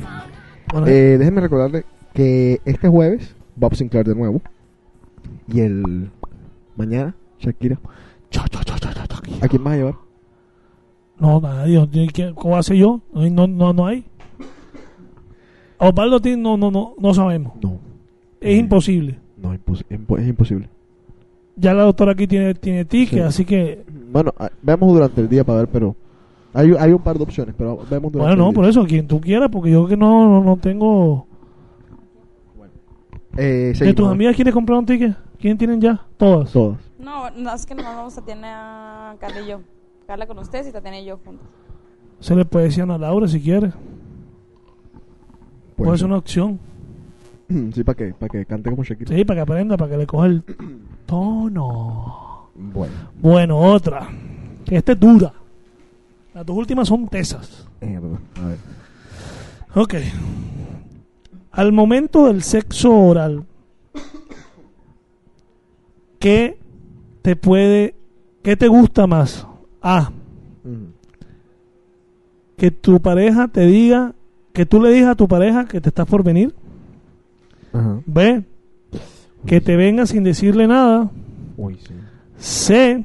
Bueno, Eh, déjenme recordarle que este jueves Bob Sinclair de nuevo y el mañana Shakira. cha, cha, cha, cha, cha, cha. ¿A quién vas a llevar? No, nadie. ¿qué- ¿Cómo hace yo? No, hay- no, no, no hay. Osvaldo Tin, no, no, no, no sabemos. No, Es imposible. no, es imposible. Ya la doctora aquí tiene, tiene ticket, Sí. así que. Bueno, ah, vemos durante el día para ver, pero hay, hay un par de opciones, pero vemos durante Bueno, no, el por día. eso, quien tú quieras, porque yo que no, no, no tengo. Eh, ¿De seguimos. tus amigas quieres comprar un ticket? ¿Quién tienen ya? Todas. Todas. No, no, es que no vamos a tener a Carla y yo. Carla con ustedes y Tatiana y yo juntos. Se le puede decir a Ana Laura si quiere. Pues Puede ser sí. una opción. Sí, para que, para que cante como Shakira. Sí, para que aprenda, para que le coja el tono. Bueno, Bueno, otra. Que esta es dura. Las dos últimas son tesas. eh, perdón, a ver. Ok. Al momento del sexo oral, ¿qué te puede, qué te gusta más? A, Mm. Ujú. que tu pareja te diga, que tú le digas a tu pareja que te estás por venir. Ajá. B, que te venga sin decirle nada. Uy, sí. C.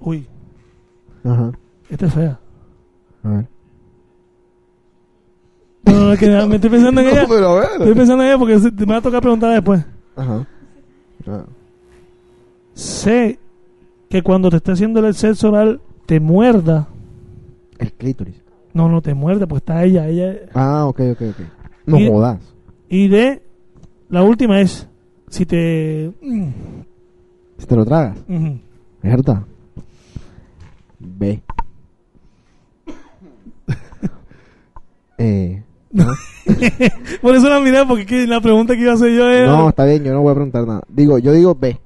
Uy, Ajá. esta es fea. A ver. No, no, no, que me estoy pensando en ella. No, pero a ver. Estoy pensando en ella porque se- me va a tocar preguntar después. Ajá. Ah, C. Que cuando te esté haciendo el sexo oral te muerda. El clítoris. No, no te muerde, pues está ella, ella. Ah, ok, ok, ok. No Y- jodas. Y de la última es si te mm, Si te lo tragas. mm, Mierda. B. eh, Por eso la miré porque que la pregunta que iba a hacer yo era no, está bien, yo no voy a preguntar nada. Digo, yo digo B.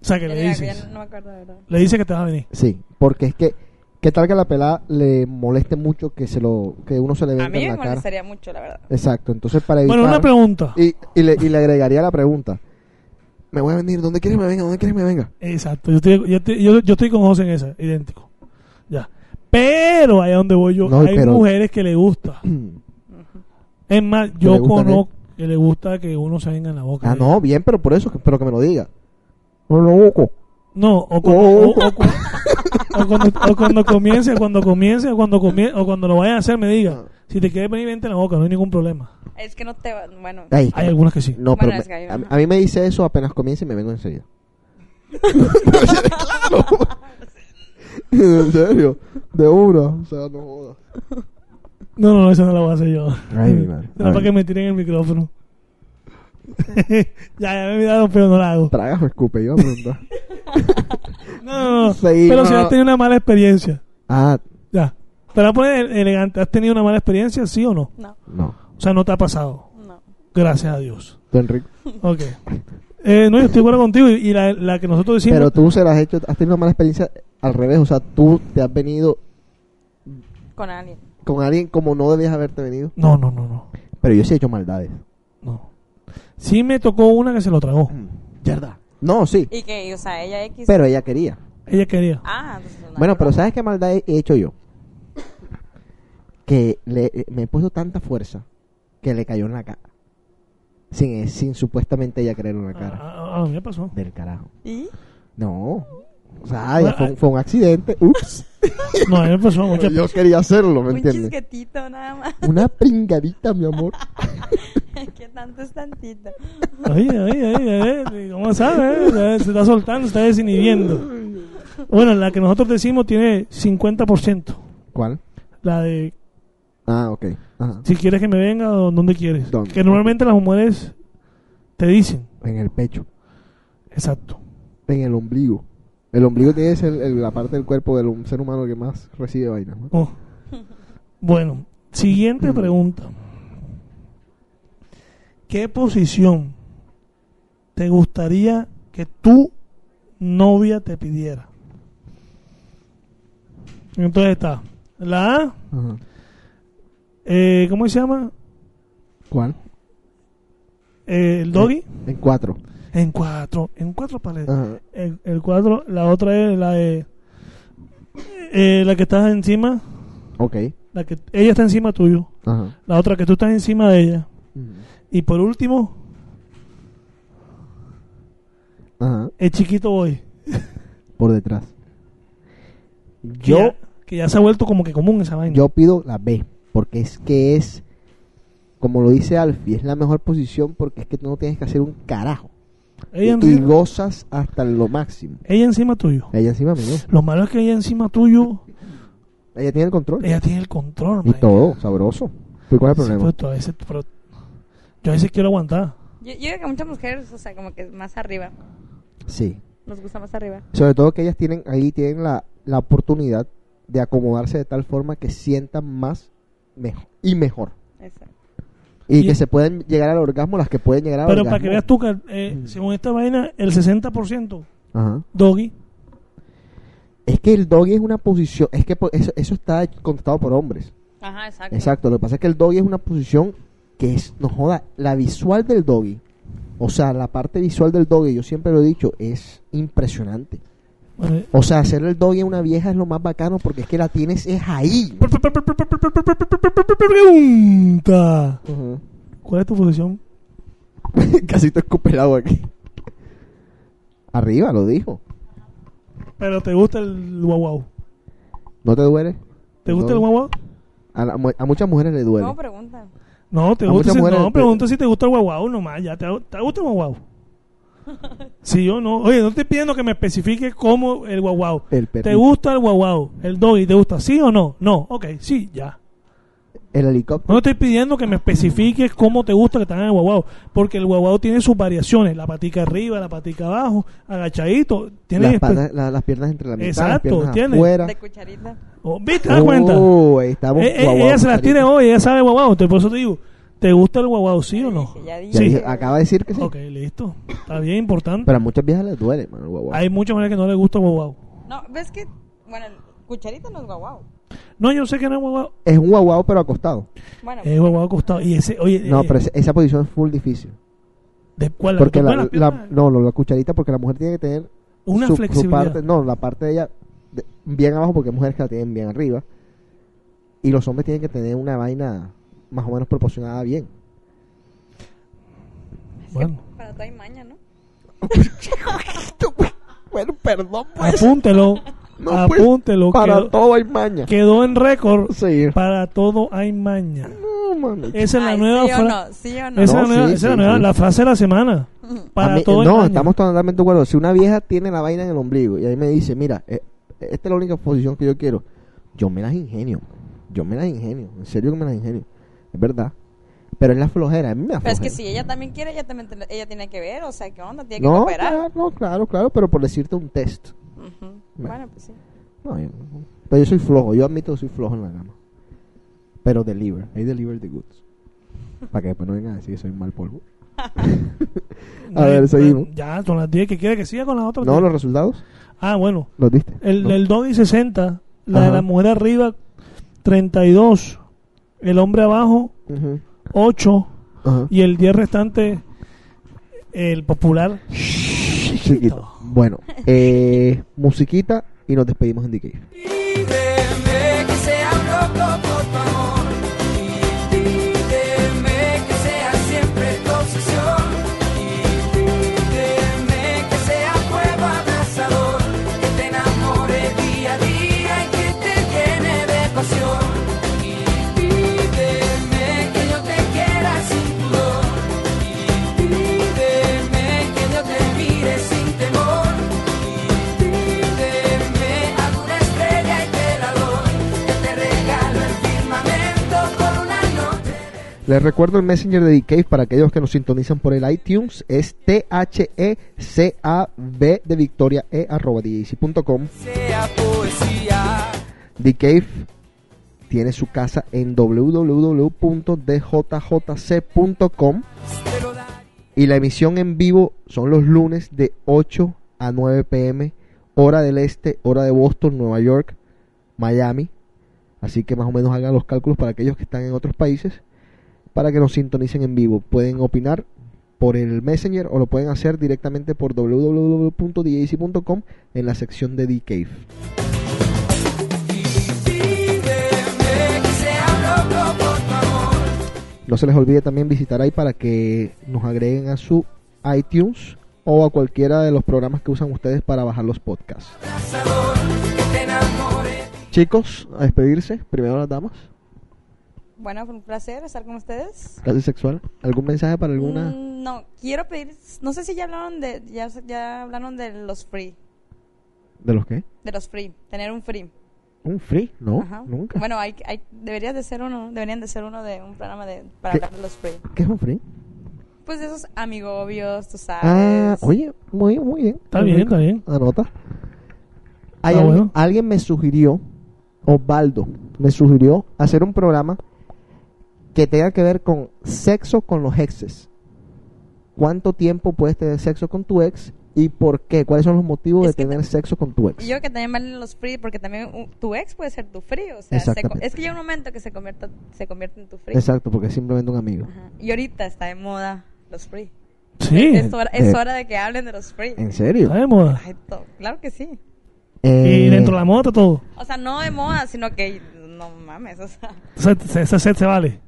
O sea, que Ya le le- ya dices no me acuerdo, la verdad. Le dices que te vas a venir Sí, Porque es que, ¿qué tal que a la pelada le moleste mucho que se lo que uno se le A venga mí en me la cara? molestaría mucho, la verdad. Exacto, entonces para evitar... Bueno, una pregunta y, y le, y le agregaría la pregunta. Me voy a venir, ¿dónde quieres que me venga? ¿Dónde quieres que me venga? Exacto, yo estoy, yo, estoy- yo- yo estoy con José en esa, idéntico Ya Pero ahí a donde voy yo No, Hay pero- mujeres que le gusta Es más, yo le gusta que- conozco que le gusta que uno se venga en la boca Ah, no, bien, pero por eso, que- pero que me lo diga. No lo busco. No, o cuando, Oh. o, o cu- o cuando, o cuando comience, cuando comience, o cuando comience, o cuando lo vayas a hacer, me Ah. diga. Si te quieres venir, vente en la boca, no hay ningún problema. Es que no te va. Bueno, Ahí está. Hay algunas que sí. No, pero Bueno, es que me- hay a, una. a mí me dice eso apenas comienza y me vengo enseguida. claro. en serio, de una. O sea, no jodas. No, no, no, esa no la voy a hacer yo. Ay, mi madre. Era A para ver. que me tiren el micrófono. ya, ya me he mirado, pero no la hago. Tragas o escupe, yo iba a preguntar. No, no, no. Seguimos. Pero si has tenido una mala experiencia, Ah, ya. Te la voy a poner elegante. ¿Has tenido una mala experiencia, sí o no? no, no. O sea, no te ha pasado. no. Gracias a Dios. Tú, Enrique. Ok. Eh, no, yo estoy de acuerdo contigo. Y, y la, la que nosotros decimos. Pero tú se las has hecho, has tenido una mala experiencia al revés. O sea, tú te has venido Con alguien. con alguien como no debías haberte venido. No, no, no, no. Pero yo sí he hecho maldades. No. Sí me tocó una que se lo tragó. ¿Verdad? No, sí. Y que, y, o sea, ella X. Pero ella quería. Ella quería. Ah, entonces, no, Bueno, no. pero ¿sabes qué maldad he hecho yo? Que le, me he puesto tanta fuerza que le cayó en la cara. Sin, eh, sin supuestamente ella creer en la cara. Ah, ah, ah, me pasó. Del carajo. ¿Y? No. O sea, ya fue, un- fue un accidente. Ups. No, a mí me pasó. Pero mucha- yo quería hacerlo, ¿me Un entiendes? chisquetito nada más. Una pringadita, mi amor. que tanto es tantito. Oye, oye, oye, eh, ¿cómo sabes? eh? Se está soltando, se está desinhibiendo. Bueno, la que nosotros decimos tiene 50%. ¿Cuál? La de Ah, ok. Ajá. si quieres que me venga o dónde quieres. ¿Dónde? Que normalmente las mujeres te dicen. En el pecho. Exacto. En el ombligo. El ombligo tiene que ser el- la parte del cuerpo del hum- ser humano que más recibe vainas. ¿no? Oh. Bueno, siguiente pregunta. ¿Qué posición te gustaría que tu novia te pidiera? Entonces está la A, Ajá. eh, ¿cómo se llama? ¿Cuál? Eh, el doggy. En cuatro. En cuatro, en cuatro paletas. Ajá. El, el cuatro, la otra es la de eh, la que estás encima, Ok. la que ella está encima tuyo, Ajá. la otra que tú estás encima de ella. Y por último, Ajá. el chiquito boy. Por detrás. que Yo, ya- que ya se ha vuelto como que común esa vaina. yo pido la B. Porque es que es, como lo dice Alfie, es la mejor posición porque es que tú no tienes que hacer un carajo. ella, y encima, gozas hasta lo máximo. ella encima tuyo. Ella encima me dio. Lo malo es que ella encima tuyo, Ella tiene el control. ella tiene el control. y man. todo, sabroso. ¿Y ¿Cuál es el Sí, problema? pues, tú a veces- pero yo a veces quiero aguantar. Yo, yo creo que muchas mujeres, o sea, como que más arriba. Sí. Nos gusta más arriba. Sobre todo que ellas tienen ahí tienen la, la oportunidad de acomodarse de tal forma que sientan más mejor, y mejor. Eso. Y, Y- que se pueden llegar al orgasmo las que pueden llegar al Pero orgasmo. para que veas tú que, eh, Mm. según esta vaina, el 60% Ajá. doggy. Es que el doggy es una posición, es que po- eso, eso está contestado por hombres. Ajá, exacto. Exacto, lo que pasa es que el doggy es una posición que es, no joda, la visual del doggy, o sea, la parte visual del doggy, yo siempre lo he dicho, es impresionante. eh, O sea, hacerle el doggy a una vieja es lo más bacano porque es que la tienes, es ahí. Pregunta. ¿Cuál es tu posición? Casi estoy escuperado aquí. Arriba, lo dijo. Pero te gusta el guau guau. ¿No te duele? ¿Te gusta No. el guau guau? A, la mu- a muchas mujeres le duele. No, pregunta. No, te A gusta muchas si, mujeres- no, pregunto si te gusta el guau guau nomás, ya te, te gusta el guau guau. Si yo no, oye, no estoy pidiendo que me especifique cómo el guau guau. El ¿Te perrito. gusta el guau guau? ¿El doggy te gusta? ¿Sí o no? No, ok, sí, ya. El helicóptero. No estoy pidiendo que me especifiques cómo te gusta que te hagan el guaguao, porque el guaguao tiene sus variaciones, la patica arriba, la patica abajo, agachadito, tiene Las, espe- patas- la- las piernas entre la mitad, Exacto, las piernas tiene. afuera. De cucharita. Oh, ¿Viste? ¿Te das cuenta? Oh, ahí estamos. Eh, eh, guau, guau, ella se las carita. tiene hoy, ella sabe guaguao, entonces por eso te digo, ¿te gusta el guaguao, sí o no? Dije, Ya dije. Ya Sí. dije- Acaba de decir que sí. Ok, listo, está bien, importante. Pero a muchas viejas les duele, mano, guau, guau. Hay muchas mujeres que no les gusta el guaguao. No, ves que, bueno, cucharita no es guau. No, yo sé que no es guaguao, Es un guau, guau, pero acostado. Bueno, es guaguao acostado. Y ese, oye, No, eh, pero ese- esa posición es full difícil. ¿de cuál? ¿La que Porque tú la, pones la- las piernas? no, no, la cucharita, porque la mujer tiene que tener una su, su flexibilidad. parte, no, la parte de ella de- bien abajo, porque hay mujeres que la tienen bien arriba. Y los hombres tienen que tener una vaina más o menos proporcionada bien. Bueno, para todo hay maña, ¿no? Bueno, perdón, apúntelo, No, pues, apúntelo, para quedó, todo hay maña. quedó en récord. Sí. Para todo hay maña. No, mami. Esa es la Ay, nueva ¿Sí o frase. no? ¿Sí o Esa no? No, es la nueva, sí, esa es la sí, nueva- sí. la frase de la semana. Para A mí- todo el no, año. estamos totalmente de acuerdo. Si una vieja tiene la vaina en el ombligo y ahí me dice, mira, eh, esta es la única posición que yo quiero, yo me las ingenio. Yo me las ingenio. En serio que me las ingenio. Es verdad. Pero es la flojera. A mí me da Pero es que flojera. si ella también quiere, ella también te- ella tiene que ver, o sea, ¿qué onda? Tiene que No, cooperar. claro, claro, claro, pero por decirte un test. Ujú. Bueno, pues sí. No, yo, no. pero yo soy flojo. Yo admito que soy flojo en la cama. Pero deliver. I deliver the goods. Para que después no vengan a decir que soy mal polvo. a ver, seguimos. Ya, son las 10 que quiere que siga con las otras. No, los resultados Ah, bueno. los diste. El, No. el doggy 60, la de Ajá. la mujer arriba 32, el hombre abajo Ujú. 8 Ajá. y el 10 restante el popular. Chiquito. Bueno, eh, musiquita y nos despedimos en DK. Pídeme que sea un loco, por favor. Y pídeme que sea siempre tu obsesión. Y pídeme que sea fuego abrasador. Que te enamore día a día y que te llene de pasión. Y pídeme que yo te quiera sin pudor. Y pídeme que yo te mire sin temor. Pídeme alguna estrella y te la doy, que te regalo el firmamento por una noche. Les recuerdo el Messenger de DK para aquellos que nos sintonizan por el iTunes. Es E T-H-E-C-A-B de Victoria E arroba DJC.com. Sea poesía. The Cave tiene su casa en www.djjc.com Te lo daría y la emisión en vivo son los lunes de 8 a 9 pm, hora del este, hora de Boston, Nueva York, Miami. Así que más o menos hagan los cálculos para aquellos que están en otros países para que nos sintonicen en vivo. Pueden opinar por el Messenger o lo pueden hacer directamente por www.djc.com en la sección de The Cave. que sea loco, por favor. No se les olvide también visitar ahí para que nos agreguen a su iTunes o a cualquiera de los programas que usan ustedes para bajar los podcasts. Abrasador, que te enamore. Chicos, a despedirse. Primero las damas. Bueno, fue un placer estar con ustedes. Casi sexual. ¿Algún mensaje para alguna? Mm, no, quiero pedir, no sé si ya hablaron de, ya, ya hablaron de los free, Mm. ¿De los qué? de los free, tener un free. ¿Un free? No, Ajá. nunca. Bueno, hay, hay, debería de ser uno, deberían de ser uno de un programa de, para ¿Qué? hablar de los free. ¿Qué es un free? Pues de esos amigobios, tú sabes. Ah, oye, muy, muy bien. Está Muy bien, rico. está bien. Anota. Hay Ah, alguien, bueno. alguien me sugirió, Osvaldo, me sugirió hacer un programa que tenga que ver con sexo con los exes. ¿Cuánto tiempo puedes tener sexo con tu ex y por qué? ¿Cuáles son los motivos Es de tener sexo con tu ex? Y yo creo que también valen los free, porque también uh, tu ex puede ser tu free. O sea, se co- Exactamente. es que llega un momento que se, convierta, se convierte en tu free. Exacto, porque es simplemente un amigo. Ajá. Y ahorita está de moda los free. Sí, Es, hora, es Eh. hora de que hablen de los free. ¿En serio? está de moda. Ay, to- claro que sí. Eh, Y dentro de la moda está todo. O sea, no de moda, sino que no mames. O sea, Se, se, se- se- se vale.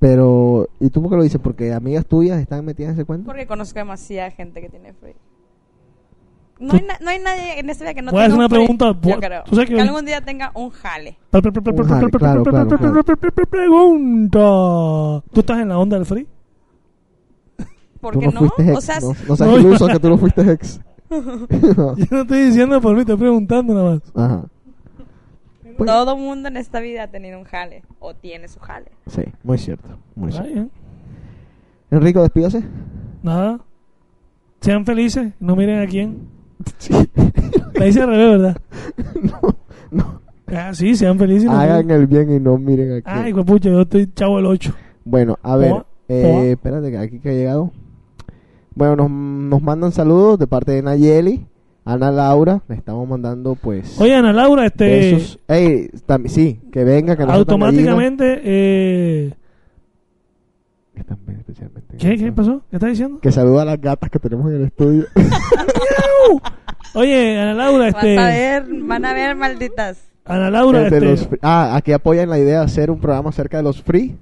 Pero, ¿y tú por qué lo dices? ¿Porque amigas tuyas están metidas en ese cuento? Porque conozco demasiada gente que tiene free. No hay, na- no hay nadie en este vida que no Voy a hacer tenga una un free, pregunta. yo Bu- creo. ¿tú sabes que- que algún día tenga un jale. Pre- pre- pre- pre- pre- Ojalá, pre- pre- claro, pre- claro, pre- pre- pre- pre- pre- Pregunta. ¿Tú estás en la onda del free? ¿Por Tú qué no, no? fuiste ex. O sea, no, no seas no, iluso yo- que tú no fuiste ex. Yo no estoy diciendo por mí, estoy preguntando nada más. Ajá. Pues- todo mundo en esta vida ha tenido un jale. O tiene su jale. Sí, muy cierto. Muy Está cierto. bien. Enrico, despídase. Nada. Sean felices, no miren a quién. La hice al revés, ¿verdad? no, no. Ah, sí, sean felices. y no Hagan miren. el bien y no miren aquí. Ay, pucha, yo estoy chavo el 8. Bueno, a ver, Oa, eh, oa. espérate que aquí que ha llegado. Bueno, nos, nos mandan saludos de parte de Nayeli, Ana Laura, le estamos mandando pues Oye, Ana Laura, este. besos. Ey, tam- sí, que venga, que no sea tan automáticamente. Eh, gallina. Que también especialmente- ¿Qué? ¿Qué pasó? ¿Qué estás diciendo? Que saluda a las gatas que tenemos en el estudio. Oye, Ana Laura, este. Vas a ver, van a ver, malditas. Ana Laura, De este. los fri- ah, aquí apoyan la idea de hacer un programa acerca de los free.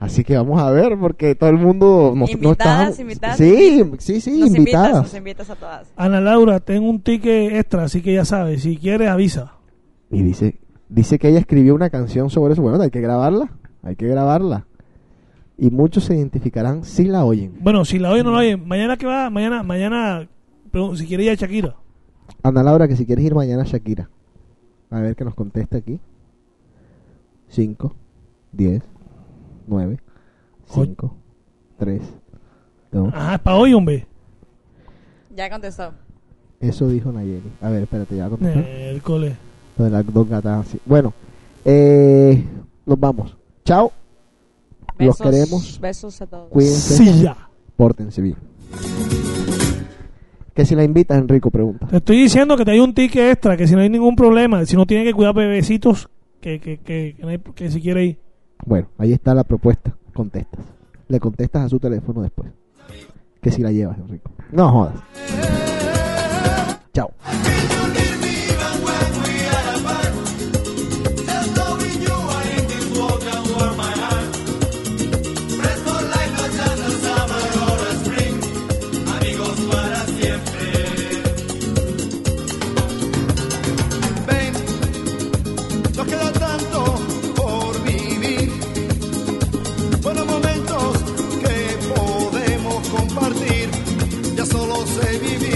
Así que vamos a ver, porque todo el mundo nos, no Invitadas, estamos- invitadas, Sí, sí, sí, Nos invitas, invitadas. nos invitas a todas. Ana Laura, tengo un ticket extra, así que ya sabes, si quieres avisa. Y dice, dice que ella escribió una canción sobre eso. Bueno, hay que grabarla, hay que grabarla. Y muchos se identificarán si la oyen. Bueno, si la oyen o no la oyen, mañana que va, mañana, mañana, pero si quieres ir a Shakira. Ana Laura, que si quieres ir mañana a Shakira. A ver que nos contesta aquí. 5, 10, 9, 5, 3, 2. Ajá, es para hoy, hombre. Ya contestó. Eso dijo Nayeli. A ver, espérate, ya contesté. El cole. Lo de las dos gatas así. Bueno, eh, nos vamos. Chao, Los Besos, queremos. Besos a todos. cuídense, Sí, ya. pórtense bien. Que si la invitas, Enrico, pregunta. Te estoy diciendo que te hay un ticket extra, que si no hay ningún problema, si no tiene que cuidar bebecitos, que, que, que, que, no hay- que si quiere ir. Bueno, ahí está la propuesta. Contestas. Le contestas a su teléfono después. Que si la llevas, Enrico. No jodas. Chao. Ven, nos queda tanto por vivir. Buenos momentos que podemos compartir, ya solo sé vivir.